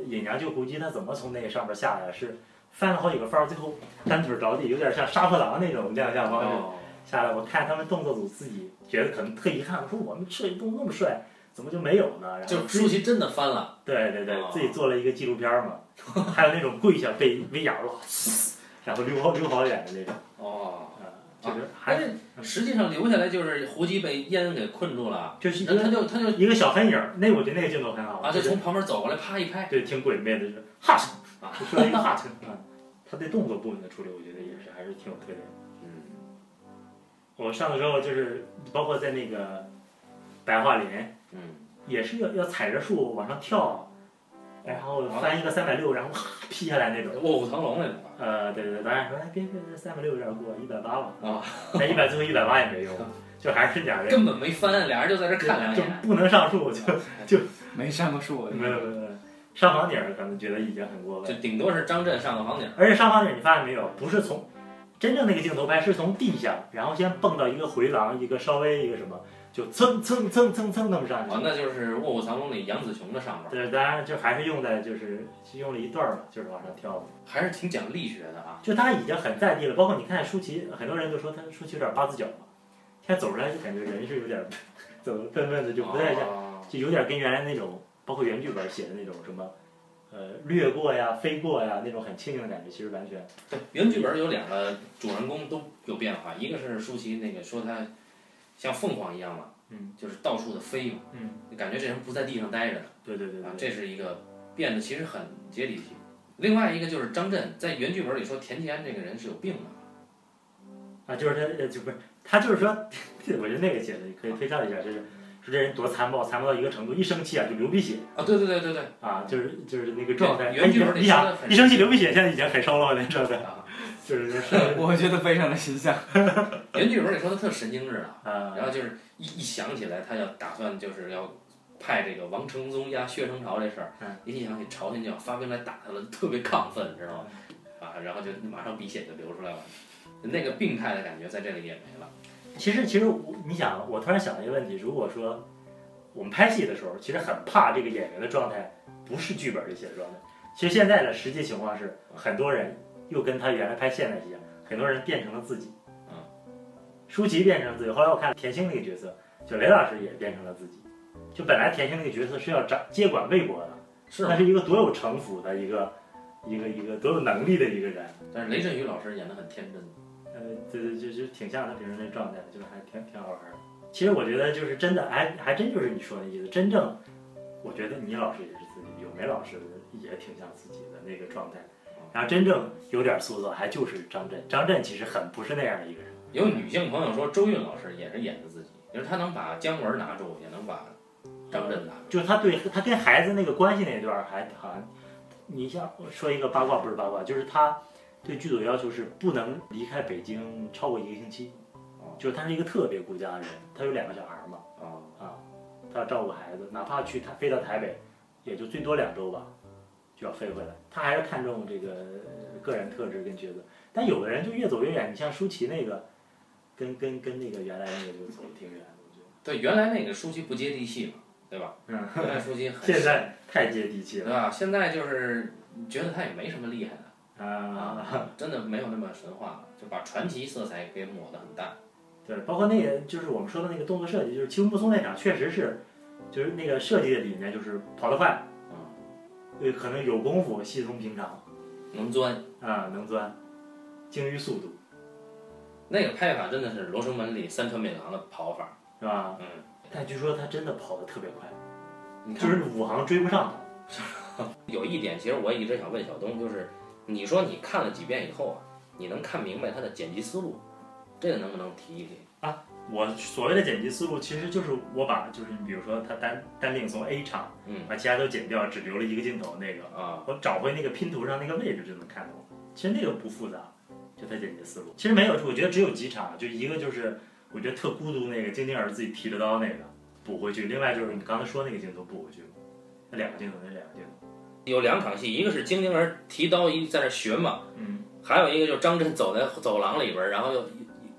S3: 隐娘救胡姬，她怎么从那个上面下来？是翻了好几个翻儿，最后单腿着地，有点像杀破狼那种亮相方式、
S1: 哦，
S3: 下来。我看他们动作组自己觉得可能特遗憾，说我们设计动作那么帅，怎么就没有呢？然后
S1: 就
S3: 自
S1: 舒
S3: 己
S1: 淇真的翻了，
S3: 对对对
S1: 哦，
S3: 自己做了一个纪录片儿嘛，还有那种跪下被被咬了，然后溜好溜好远的那种，
S1: 哦，
S3: 啊、就是还
S1: 但是实际上留下来就是胡姬被烟给困住了，
S3: 就是一
S1: 然后他
S3: 个
S1: 就他就
S3: 一个小黑影儿，那我觉得那个镜头很好
S1: 啊就从旁边走过来，啪一拍，
S3: 对，挺鬼魅的，就是哈什
S1: 啊
S3: 就说了一个哈什啊。他对动作部分的处理，我觉得也是还是挺有特点的。
S1: 嗯，
S3: 我上的时候就是包括在那个白桦林，
S1: 嗯，
S3: 也是要要踩着树往上跳，然后翻一个三百六，然后哇 *laughs* 劈下来那种。
S1: 卧虎藏龙那种啊
S3: 呃，对对对，导演说，哎，别别，三百六有点过，一百八吧。
S1: 啊，
S3: 但一百最后一百八也没用，就还是俩人
S1: 根本没翻，俩人就在这看啊两
S3: 就
S1: 眼。
S3: 不能上树，就
S2: 没上过树，
S3: 没有没有没有上房顶，可能觉得已经很过分了。
S1: 就顶多是张震上个房顶，
S3: 而且上方顶你发现没有，不是从真正那个镜头拍是从地下，然后先蹦到一个回廊，一个稍微一个什么，就蹭蹭蹭蹭蹭哦那么上
S1: 啊，
S3: 去。
S1: 那就是《卧虎藏龙》里杨紫琼的上边，
S3: 对，当然就还是用在就是用了一段儿嘛，就是往上跳嘛，
S1: 还是挺讲力学的啊。
S3: 就他已经很在地了。包括你看舒淇，很多人都说他舒淇有点八字脚嘛，现在走出来就感觉人是有 *laughs* 点走得笨笨的，就不太像，
S1: 哦
S3: 就有点跟原来那种，包括原剧本写的那种什么，呃，掠过呀、飞过呀那种很轻盈的感觉，其实完全。
S1: 对，原剧本有两个主人公都有变化，一个是舒淇那个说她像凤凰一样嘛，
S3: 嗯，
S1: 就是到处的飞嘛，
S3: 嗯，
S1: 感觉这人不在地上待着呢
S3: 对对对对
S1: 啊，
S3: 对。
S1: 这是一个变得其实很接地气。另外一个就是张震，在原剧本里说田季安这个人是有病的，
S3: 啊，就是他，呃就不是他，就是说， *laughs* 我觉得那个写的可以推敲一下，就是说这人多残暴，残暴到一个程度，一生气啊就流鼻血
S1: 啊，对对对对对，
S3: 啊，就是就是那个状态。哎
S1: 原剧本
S3: 你
S1: 里
S3: 你
S1: 说
S3: 想，
S1: 的很
S3: 一生气流鼻血，现在已经很烧了那状态，
S1: 啊，
S3: 就是就是
S1: *laughs*
S2: 我觉得非常的形象。
S1: 原剧本里说他特神经质啊，
S3: 啊
S1: 然后就是一一想起来他要打算就是要派这个王承宗压薛成朝这事儿
S3: 嗯，
S1: 一想起朝廷就要发兵来打他了，特别亢奋，你知道吗？
S3: 嗯
S1: 啊，然后就马上鼻血就流出来了，那个病态的感觉在这里也没了。
S3: 其实其实我你想，我突然想了一个问题，如果说我们拍戏的时候，其实很怕这个演员的状态不是剧本里写的状态。其实现在的实际情况是，
S1: 嗯
S3: 很多人又跟他原来拍现代戏一样，很多人变成了自己。
S1: 嗯，
S3: 舒淇变成了自己，后来我看田星那个角色，就雷老师也变成了自己。就本来田星那个角色是要掌接管魏国的，
S1: 是
S3: 那
S1: 吗？
S3: 是一个多有城府的一个一个一个多有能力的一个人。
S1: 但是雷震宇老师演得很天真，
S3: 呃，对对，就就挺像他平时那状态，就是还挺挺好玩儿的。其实我觉得就是真的，还还真就是你说的意思，真正我觉得你老师也是自己，有梅老师也挺像自己的那个状态。然后真正有点塑造，还就是张震。张震其实很不是那样的一个人。
S1: 有女性朋友说周韵老师也是演的自己，就是她能把姜文拿住，也能把张震拿住。
S3: 就是他对他跟孩子那个关系那段儿还好像，你像我说一个八卦不是八卦，就是他对剧组要求是不能离开北京超过一个星期
S1: 哦，
S3: 就是他是一个特别顾家的人，他有两个小孩儿嘛，
S1: 啊，
S3: 他要照顾孩子，哪怕去台飞到台北，也就最多两周吧，就要飞回来。他还是看重这个呃个人特质跟角色，但有的人就越走越远。你像舒淇那个，跟跟跟那个原来那个就走得挺远的，我觉得。
S1: 对，原来那个舒淇不接地气嘛，对吧？
S3: 嗯
S1: 原来书籍很
S3: *laughs* 现在太接地气
S1: 对
S3: 了
S1: 吧？现在就是觉得他也没什么厉害的，
S3: *laughs* 啊！
S1: *laughs* 真的没有那么神话了，就把传奇色彩给抹得很淡。
S3: 对，包括那个就是我们说的那个动作设计，就是青木松那场确实是，就是那个设计的理念就是跑得快，
S1: 嗯，
S3: 对，可能有功夫稀松平常
S1: 能钻
S3: 啊，能钻，精于速度
S1: 那个拍法真的是《罗生门》里三川美郎的跑法，
S3: 是吧？
S1: 嗯，
S3: 但据说他真的跑得特别快，
S1: 你
S3: 就
S1: 看
S3: 是武行追不上他。
S1: 有一点，其实我一直想问小东，就是你说你看了几遍以后啊，你能看明白他的剪辑思路，这个能不能提一提？
S3: 我所谓的剪辑思路，其实就是我把就是你比如说他单单定从 A 场，
S1: 嗯
S3: 把其他都剪掉，只留了一个镜头那个，
S1: 啊，
S3: 我找回那个拼图上那个位置就能看到。其实那个不复杂，就他剪辑思路。其实没有，我觉得只有几场，就一个就是我觉得特孤独那个金丁儿自己提着刀那个补回去，另外就是你刚才说那个镜头补回去，那两个镜头那两个镜头，
S1: 有两场戏，一个是精灵儿提刀一在那寻嘛，
S3: 嗯，
S1: 还有一个就是张震走在走廊里边儿，然后又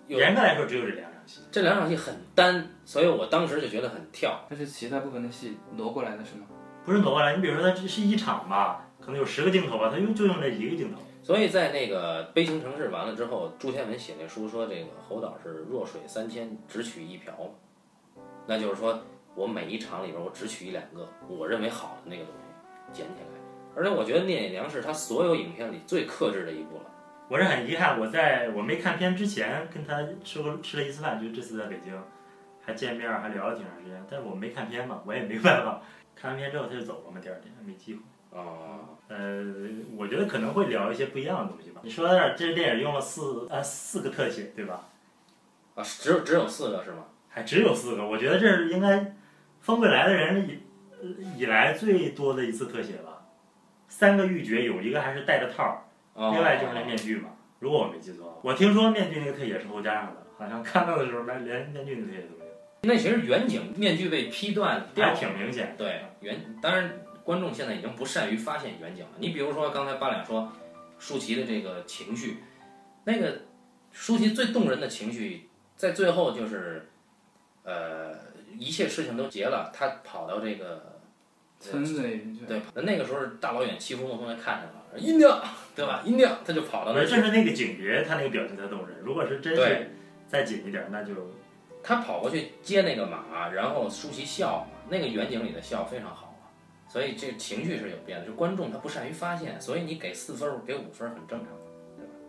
S1: 又
S3: 严格来说只有这两场戏。
S1: 这两场戏很单，所以我当时就觉得很跳。
S2: 但是其他部分的戏挪过来的是吗？
S3: 不是挪过来，你比如说它是一场吧，可能有十个镜头吧，他用就用这一个镜头。
S1: 所以在那个《悲情城市》完了之后，朱天文写那书说，这个侯导是弱水三千，只取一瓢嘛，那就是说我每一场里边我只取一两个我认为好的那个东西捡起来。而且我觉得《聂隐娘》是他所有影片里最克制的一部了。
S3: 我是很遗憾，我在我没看片之前跟他吃过吃了一次饭，就这次在北京还见面儿还聊了挺长时间，但是我没看片嘛，我也没办法。 *laughs* 看完片之后他就走了嘛，第二天没机会。
S1: 啊、
S3: 呃，我觉得可能会聊一些不一样的东西吧。你说到这儿，这电影用了四呃四个特写，对吧？
S1: 啊，只有只有四个是吗？
S3: 还只有四个，我觉得这是应该风未来的人以呃以来最多的一次特写吧。三个欲绝，有一个还是戴着套儿，
S1: 啊，
S3: 另外就是那面具嘛，如果我没记错，我听说面具那个特写是后加上的，好像看到的时候连连面具那个特写都没有，
S1: 那其实远景面具被劈断掉
S3: 还
S1: 了。
S3: 挺明显。
S1: 对远，当然观众现在已经不善于发现远景了。你比如说刚才八两说舒淇的这个情绪，那个舒淇最动人的情绪，在最后就是，呃，一切事情都结了，她跑到这个
S2: 村子里面去。
S1: 对，那那个时候大老远欺负莫风来看见了，音调对吧？音调，他就跑到那
S3: 而
S1: 儿去，
S3: 正是那个景别，他那个表情才动人。如果是真
S1: 对
S3: 是再紧一点，那就
S1: 他跑过去接那个马，然后舒淇笑嘛，那个远景里的笑非常好啊。所以这情绪是有变的，就观众他不善于发现，所以你给四分儿给五分儿很正常。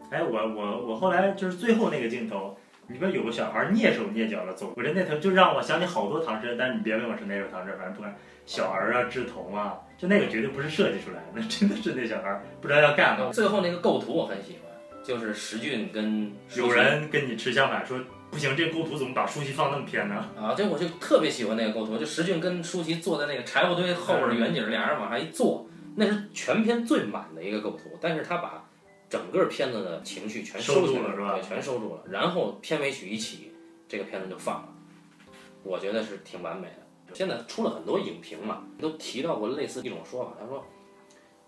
S3: 哎，我我我后来就是最后那个镜头，里边有个小孩蹑手蹑脚的走，我觉得那头就让我想起好多唐诗，但是你别问我是哪首唐诗，反正不管小儿啊、稚童啊，就那个绝对不是设计出来的， *laughs* 那真的是那小孩不知道要干嘛。
S1: 最后那个构图我很喜欢，就是石俊跟舒淇
S3: 有人跟你持相反说，不行，这构图怎么把舒淇放那么偏呢？
S1: 啊，这我就特别喜欢那个构图，就石俊跟舒淇坐在那个柴火堆后边的远景，俩人往上一坐，那是全片最满的一个构图，但是他把整个片子的情绪全
S3: 收
S1: 收
S3: 住了是吧
S1: 对，全收住了。然后片尾曲一起，这个片子就放了，我觉得是挺完美的。现在出了很多影评嘛，都提到过类似一种说法，他说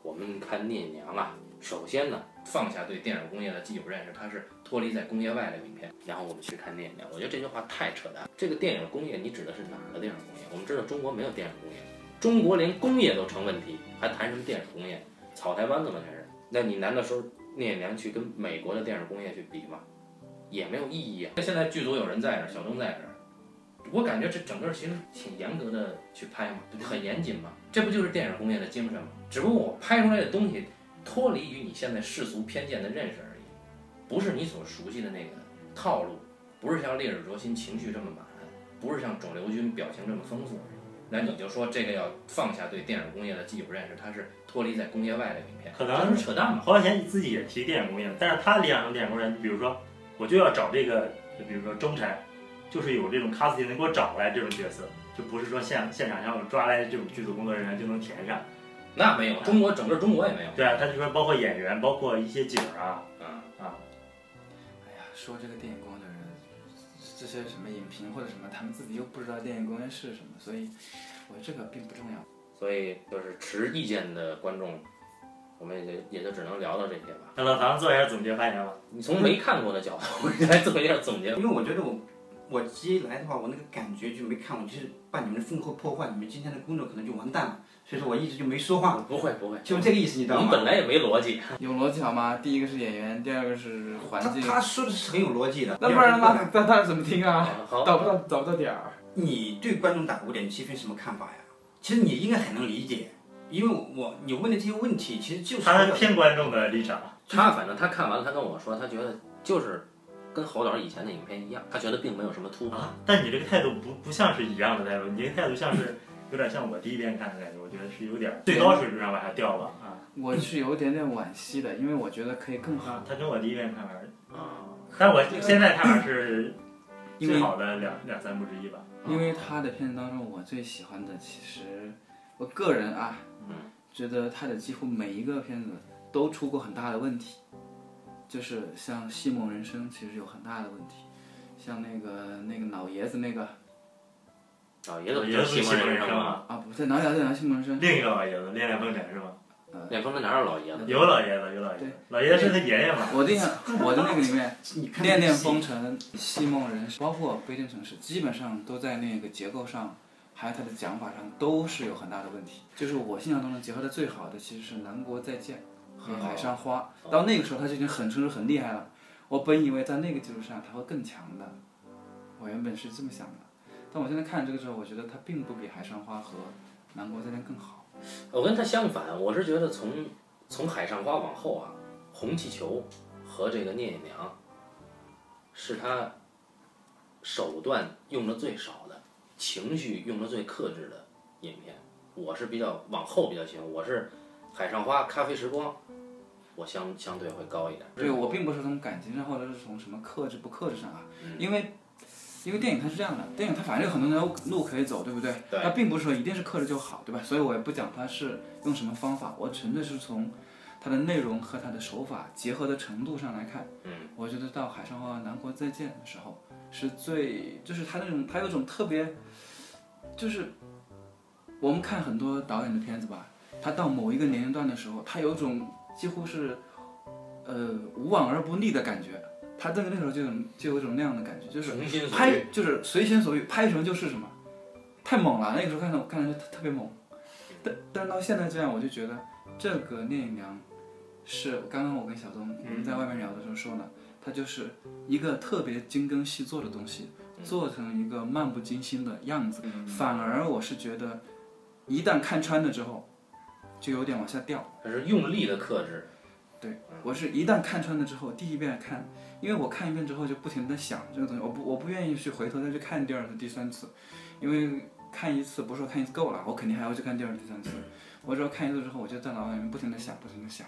S1: 我们看《聂隐娘》啊，首先呢放下对电影工业的基础认识，它是脱离在工业外的影片，然后我们去看《聂隐娘》。我觉得这句话太扯淡。这个电影工业，你指的是哪儿的电影工业？我们知道中国没有电影工业，中国连工业都成问题，还谈什么电影工业？草台班子吗？这是？那你难道说《聂隐娘》去跟美国的电影工业去比吗？也没有意义啊。现在剧组有人在这儿，小东在这儿。我感觉这整个其实挺严格的去拍嘛，很严谨嘛，这不就是电影工业的精神吗？只不过我拍出来的东西脱离于你现在世俗偏见的认识而已，不是你所熟悉的那个套路，不是像烈日灼心情绪这么满，不是像肿瘤君表情这么丰富而已。那你就说这个要放下对电影工业的基础认识，它是脱离在工业外的影片，
S3: 可能
S1: 这不是扯淡吗？
S3: 侯孝贤自己也提电影工业，但是他理想中电影工业，你比如说，我就要找这个，就比如说中产，就是有这种 casting 能给我找来这种角色，就不是说现现场像我抓来这种剧组工作人员就能填上。
S1: 那没有，中国整个中国也没有
S3: 对啊，他就说包括演员，包括一些景儿啊
S1: 啊。
S3: 啊，
S2: 哎呀，说这个电影工业的人，这些什么影评或者什么，他们自己又不知道电影工业是什么，所以我觉得这个并不重要。
S1: 所以就是持意见的观众，我们也就也就只能聊到这些吧。
S3: 那老唐做一下总结发言吧。
S1: 你从没看过的角度来做一下总结，
S4: 因为我觉得我我直接来的话，我那个感觉就没看，我就是把你们的风格破坏，你们今天的工作可能就完蛋了。所以说我一直就没说话，
S1: 不会不会，
S4: 就这个意思，你知
S1: 我
S4: 道
S1: 们
S4: 吗？
S1: 本来也没逻辑，
S2: 有逻辑好吗？第一个是演员，第二个是环
S4: 他
S2: 境。
S4: 他说的是很有逻辑的，
S2: 那不然他妈他他怎么听啊？
S1: 好，
S2: 找不到找不到点儿。
S4: 你对观众打五点七分什么看法呀？其实你应该很能理解，因为我你问的这些问题其实就是
S3: 他骗观众的立场，
S1: 他反正他看完了，他跟我说，他觉得就是跟侯导以前的影片一样，他觉得并没有什么突破。
S3: 啊，但你这个态度不不像是一样的态度，你这个态度像是有点像我第一遍看的感觉，我觉得是有点最高水准上往下掉了啊
S2: 我是有点点惋惜的，因为我觉得可以更好。
S3: 啊！他跟我第一遍看完，
S1: 啊，
S3: 但我现在看完是
S2: 因为
S3: 最好的两两三部之一吧。
S2: 因为他的片子当中，我最喜欢的其实我个人啊，
S1: 嗯
S2: 觉得他的几乎每一个片子都出过很大的问题，就是像《戏梦人生》其实有很大的问题，像那个那个老爷子那个
S1: 老爷子不
S3: 也
S1: 就是是西
S3: 西
S1: 蒙
S3: 蒙
S1: 人
S3: 人
S1: 生
S3: 生
S1: 吗？
S3: 吗？
S2: 啊，不对，哪老爷子哪戏梦人生？
S3: 另一个老爷子，恋恋风尘是吗？
S1: 脸峰的哪有老爷子？
S3: 有老爷子，有老爷子
S2: 对，
S3: 老爷子是他爷爷嘛？
S2: 我的印象，我的那个里面，
S4: 你看
S2: 《恋恋风尘》《戏梦人生》，包括《悲恋城市》，基本上都在那个结构上，还有它的讲法上，都是有很大的问题。就是我印象当中结合的最好的，其实是《南国再见》和
S1: 哦
S2: 《海
S1: 嗯
S2: 上花》。到那个时候，他就已经很成熟、很厉害了。我本以为在那个基础上他会更强的，我原本是这么想的。但我现在看这个时候，我觉得他并不比《海上花》和《南国再见》更好。
S1: 我跟他相反，我是觉得从从海上花往后啊，红气球和这个聂隐娘是他手段用的最少的，情绪用的最克制的影片。我是比较往后比较喜欢，我是海上花、咖啡时光，我相相对会高一点。
S2: 对我并不是从感情上，或者是从什么克制不克制上啊，
S1: 嗯
S2: 因为因为电影它是这样的，电影它反正有很多条路可以走，对不对？
S1: 对
S2: 它并不是说一定是克制就好，对吧？所以我也不讲它是用什么方法，我纯粹是从它的内容和它的手法结合的程度上来看。
S1: 嗯，
S2: 我觉得到《海上花》《南国再见》的时候，是最就是它那种它有一种特别，就是我们看很多导演的片子吧，他到某一个年龄段的时候，他有一种几乎是呃无往而不利的感觉。他那个那时候就有就有一种那样的感觉，就是
S1: 从心所
S2: 拍
S1: 欲，
S2: 就是随心所欲，拍什么就是什么，太猛了。那个时候看着我看着就特特别猛，但但到现在这样，我就觉得这个聂隐娘是刚刚我跟小
S1: 嗯
S2: 东我们在外面聊的时候说呢，它就是一个特别精耕细作的东西，
S1: 嗯
S2: 做成一个漫不经心的样子。反而我是觉得，一旦看穿了之后，就有点往下掉。
S1: 它是用力的克制。
S2: 对，我是一旦看穿了之后，第一遍看，因为我看一遍之后就不停的想这个东西，我不我不愿意去回头再去看第二次、第三次，因为看一次不是说看一次够了，我肯定还要去看第二次、第三次。我只要看一次之后，我就在脑海里面不停的想，不停的想，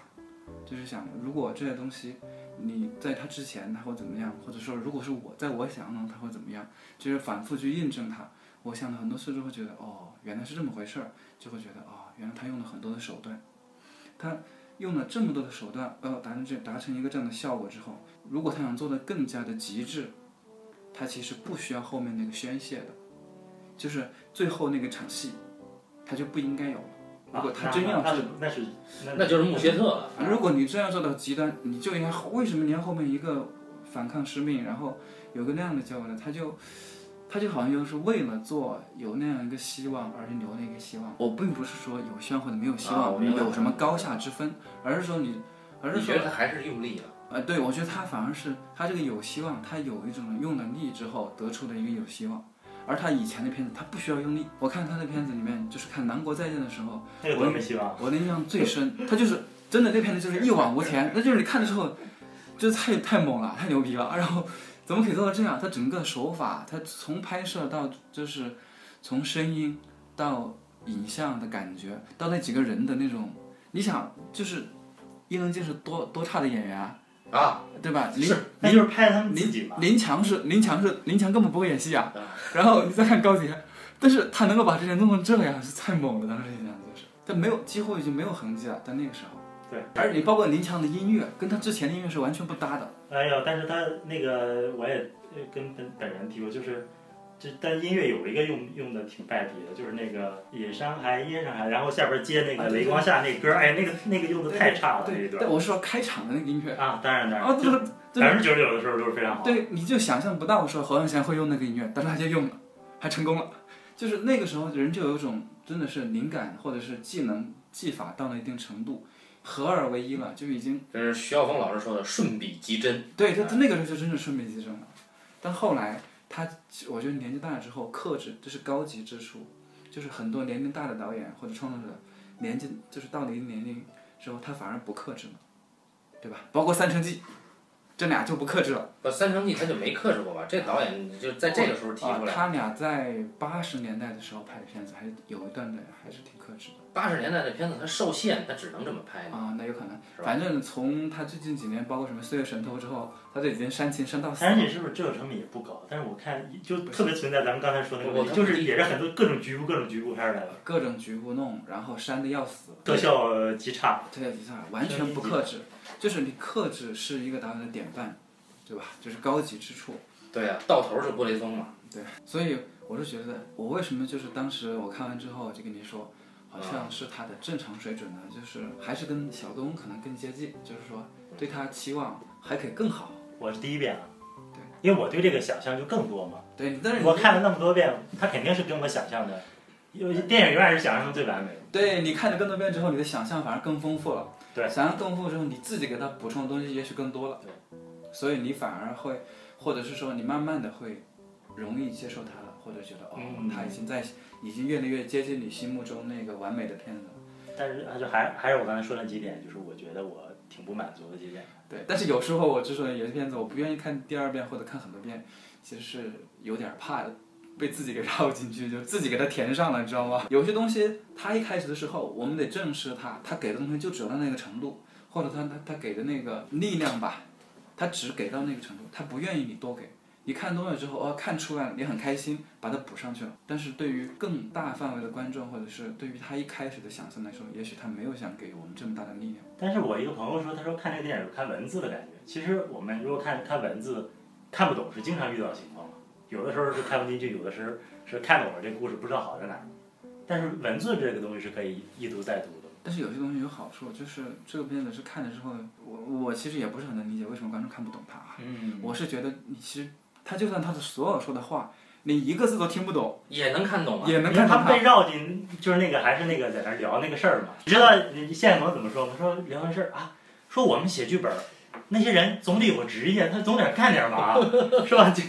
S2: 就是想如果这些东西你在它之前它会怎么样，或者说如果是我在我想呢它会怎么样，就是反复去印证它。我想了很多事之后，觉得哦原来是这么回事儿，就会觉得哦原来他用了很多的手段，他用了这么多的手段，呃，达成这达成一个这样的效果之后，如果他想做的更加的极致，他其实不需要后面那个宣泄的，就是最后那个场戏，他就不应该有了。如果他真要
S3: 啊那
S2: 做
S3: 是那是
S1: 那就是穆歇特了。
S2: 啊如果你这样做到极端，你就应该为什么你要后面一个反抗失命，然后有个那样的结果呢？他就他就好像就是为了做有那样一个希望而留了一个希望。我并不是说有希望或者没有希
S1: 啊
S2: 望，
S1: 我明白
S2: 有什么高下之分，而是说你，而是
S1: 你
S2: 说
S1: 觉得他还是用力了？
S2: 呃，对，我觉得他反而是他这个有希望，他有一种用了力之后得出的一个有希望，而他以前的片子他不需要用力。我看他的片子里面，就是看《南国再见》的时候，
S3: 那有多没希望？
S2: 啊我的印象最深，他就是真的那片子就是一往无前，那就是你看的时候，就是太太猛了，太牛逼了，然后怎么可以做到这样？他整个手法，他从拍摄到就是从声音到影像的感觉，到那几个人的那种，你想就是伊能静是多多差的演员啊，
S1: 啊，
S2: 对吧？林
S3: 那就是拍他们自己嘛。
S2: 林强是林强是林强根本不会演戏啊。然后你再看高洁，但是他能够把这些弄成这样，是太猛了。当时印象就是，但没有几乎已经没有痕迹了。在那个时候，
S3: 对，
S2: 而你包括林强的音乐，跟他之前的音乐是完全不搭的。
S3: 哎呦，但是他那个我也呃跟本本人提过，就是这但音乐有一个用用的挺败笔的，就是那个野山海夜上海，然后下边接那
S2: 啊
S3: 个
S2: 对
S3: 雷光下那歌，哎，那个那个用的太差了那一
S2: 对，
S3: 段
S2: 但我是说开场的那个音乐，
S3: 啊，当然当
S2: 啊，这
S3: 然，就
S2: 个对
S3: 百分之九十九的时候都是非常好。
S2: 对，你就想象不到说侯永贤会用那个音乐，但是他就用了，还成功了。就是那个时候人就有一种真的是灵感或者是技能技法到了一定程度，合二为一了，就已经
S1: 这是徐晓峰老师说的“顺笔即真
S2: 对他他那个时候就真是顺笔即中了。但后来他我觉得年纪大了之后克制，这是高级之处，就是很多年龄大的导演或者创作者，年纪就是到了一定年龄之后，他反而不克制了，对吧？包括《三城记》，这俩就不克制了。”。
S1: 不，《三城记》他就没克制过吧？这导演就在这个时候提出
S2: 啊、
S1: 来。
S2: 他俩在八十年代的时候拍的片子，还是有一段的，还是挺克制的
S1: 八十年代的片子，它受限，它只能这么拍。
S2: 啊。那有可能
S1: 是，吧
S2: 反正从他最近几年，包括什么《岁月神偷》之后，他就已经煽情煽到死
S3: 但是
S2: 了。
S3: 你是不是制作成本也不高？但是我看就特别存在咱们刚才说那个
S1: 我
S3: 问题，就是也是很多各种局部各种局部拍出来的，
S2: 各种局部弄，然后煽的要死，
S3: 特效极差。
S2: 对，你看完全不克制，就是你克制是一个导演的典范，对吧？就是高级之处。
S1: 对啊，到头是布雷松嘛。
S2: 对，所以我是觉得，我为什么就是当时我看完之后就跟你说，好像是他的正常水准呢，就是还是跟小东可能更接近，就是说对他期望还可以更好。
S3: 我是第一遍啊，因为我对这个想象就更多嘛。
S2: 对，但是
S3: 我
S2: 你
S3: 看了那么多遍，它肯定是跟我想象的，因为电影永远是想象中最完美的。
S2: 对你看了更多遍之后，你的想象反而更丰富了。
S3: 对
S2: 想象更丰富之后，你自己给他补充的东西也许更多了。对，所以你反而会，或者是说你慢慢的会容易接受他了，或者觉得哦，
S3: 嗯
S2: 他已经在已经越来越接近你心目中那个完美的片子了。
S3: 但是还是还还是我刚才说那几点，就是我觉得我挺不满足的几点。
S2: 对，但是有时候我之所以有些片子我不愿意看第二遍或者看很多遍，其实是有点怕被自己给绕进去，就自己给它填上了，你知道吗？ *laughs* 有些东西它一开始的时候，我们得正视它，它给的东西就只有到那个程度，或者它它它给的那个力量吧，它只给到那个程度，它不愿意你多给。你看多了之后，哦，看出来了，你很开心，把它补上去了。但是对于更大范围的观众，或者是对于他一开始的想象来说，也许他没有想给我们这么大的力量。
S3: 但是我一个朋友说，他说看这个电影有看文字的感觉。其实我们如果看看文字，看不懂是经常遇到的情况嘛。有的时候是看不进去，有的时候是看懂了这故事不知道好在哪儿。但是文字这个东西是可以一读再读的。
S2: 但是有些东西有好处，就是这个片子是看了之后，我我其实也不是很能理解为什么观众看不懂他啊。
S3: 嗯
S2: 我是觉得你其实他就算他的所有说的话，你一个字都听不懂，
S1: 也能看懂啊。
S2: 也能看
S3: 他
S2: 懂
S3: 们
S2: 他。
S3: 被绕进，就是那个还是那个在那儿聊那个事儿嘛。你知道现在能怎么说吗？说聊完事儿啊，说我们写剧本儿，那些人总得有个职业，他总得干点嘛， *laughs* 是吧？就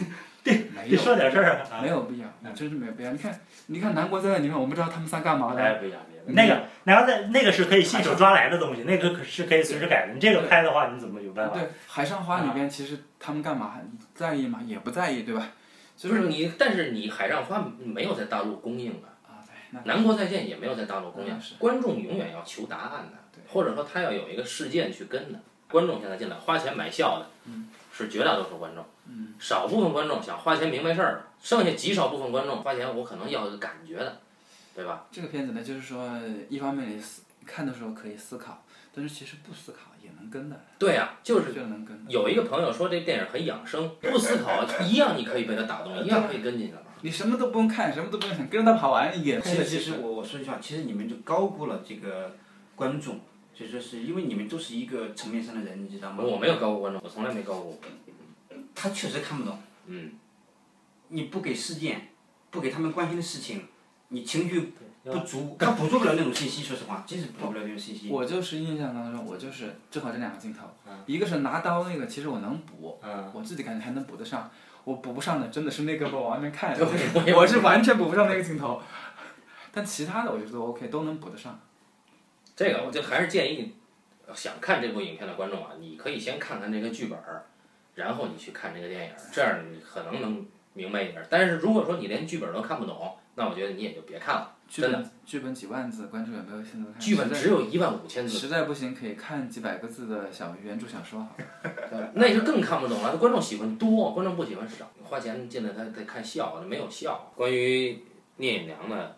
S2: 没
S3: 得
S2: 有
S3: 说点事儿啊。
S2: 没有必要，我真是没有必要。你看，你看南国灾难，你看我们不知道他们仨干嘛的，
S3: 哎，不一样，不一样。那个，然后在那个是可以信手抓来的东西，那个可是可以随时改的。你这个拍的话，你怎么有办法？
S2: 对，《海上花》里边其实他们干嘛你在意吗？也不在意，对吧？就
S1: 就是
S2: 是
S1: 你，但是你《海上花》没有在大陆公映啊，
S2: 啊，对，那
S1: 《南国再见》也没有在大陆公
S2: 那
S1: 映
S2: 嗯是，
S1: 观众永远要求答案的
S2: 对，
S1: 或者说他要有一个事件去跟的。观众现在进来花钱买票的，
S2: 嗯
S1: 是绝大多数观众，少部分观众想花钱明白事儿的，剩下极少部分观众花钱我可能要有感觉的，对吧？
S2: 这个片子呢，就是说一方面你思看的时候可以思考，但是其实不思考也能跟的，
S1: 对呀、就
S2: 我
S1: 是
S2: 觉得能跟的。
S1: 有一个朋友说这电影很养生，不思考一样你可以被他打动，一样可以跟进去了。
S2: 你什么都不用看，什么都不用想，跟着他跑完也
S4: 其
S2: 是
S4: 实其实我我说句话，其实你们就高估了这个观众，就说是因为你们都是一个层面上的人，你知 *laughs* 道吗？
S1: 我没有高过观众，我从来没高过。
S4: 他确实看不懂。
S1: 嗯，
S4: 你不给事件，不给他们关心的事情，你情绪
S3: 对
S4: 不足，他捕捉不了那种信息。说实话，真是捕捉不了那种信息。
S2: 我就是印象当中，我就是正好这两个镜头，
S1: 嗯
S2: 一个是拿刀那个，其实我能补，
S3: 嗯
S2: 我自己感觉还能补得上。我补不上的真的是那个我往那看，
S1: 对我也
S2: 我是完全补不上那个镜头。但其他的我觉得 OK，都能补得上。
S1: 这个我就还是建议，想看这部影片的观众啊，你可以先看看这个剧本儿，然后你去看这个电影儿，这样你可能能明白一点儿。但是如果说你连剧本儿都看不懂，那我觉得你也就别看了。
S2: 剧
S1: 真的
S2: 本剧本几万字，观众有没有现在看？
S1: 剧本只有一万五千字，
S2: 实在不行可以看几百个字的小原著小说好了。
S1: *laughs* 那就更看不懂了。观众喜欢多，观众不喜欢少。花钱进来他得看笑，没有笑。关于聂隐娘呢，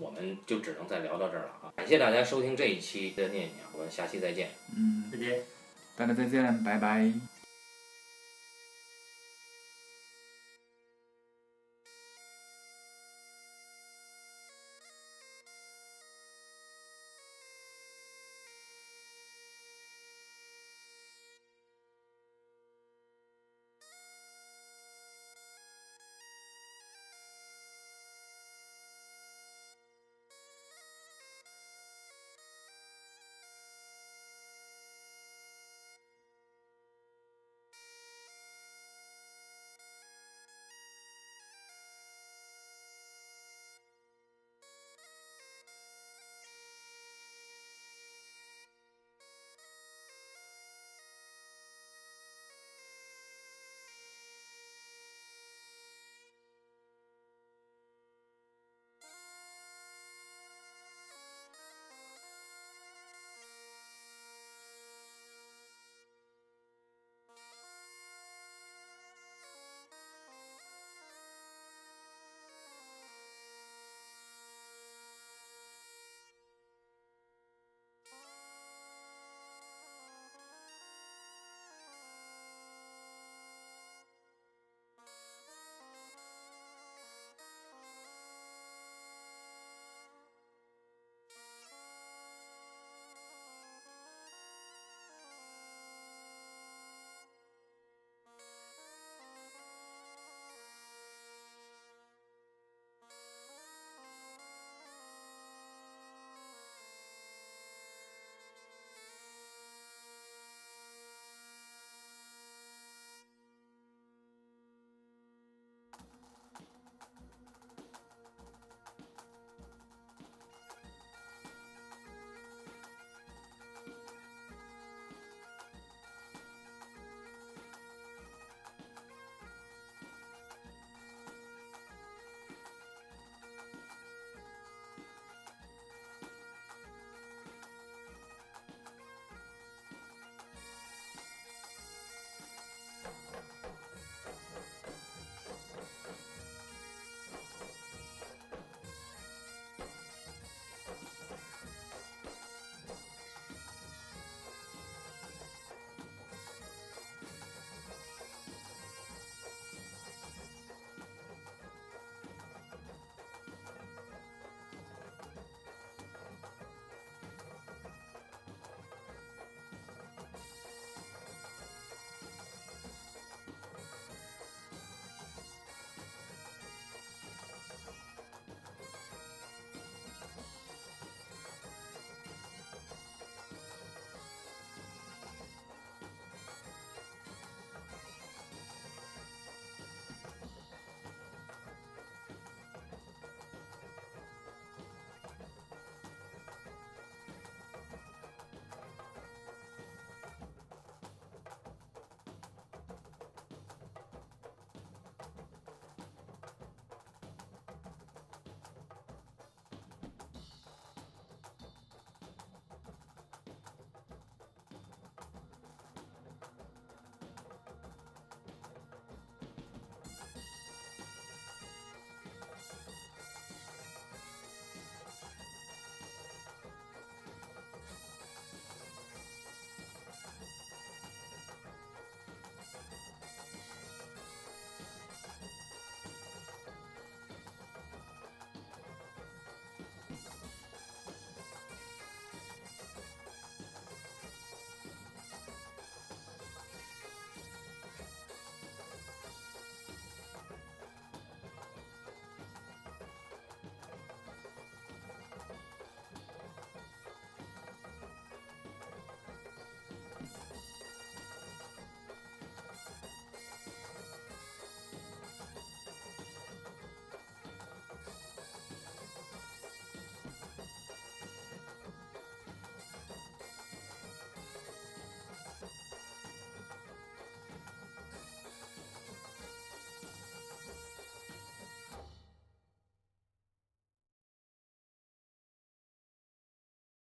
S1: 我们就只能再聊到这儿了啊！感谢大家收听这一期的聂隐娘，我们下期再见。
S2: 嗯，
S3: 再见。
S2: 大家再见，拜拜。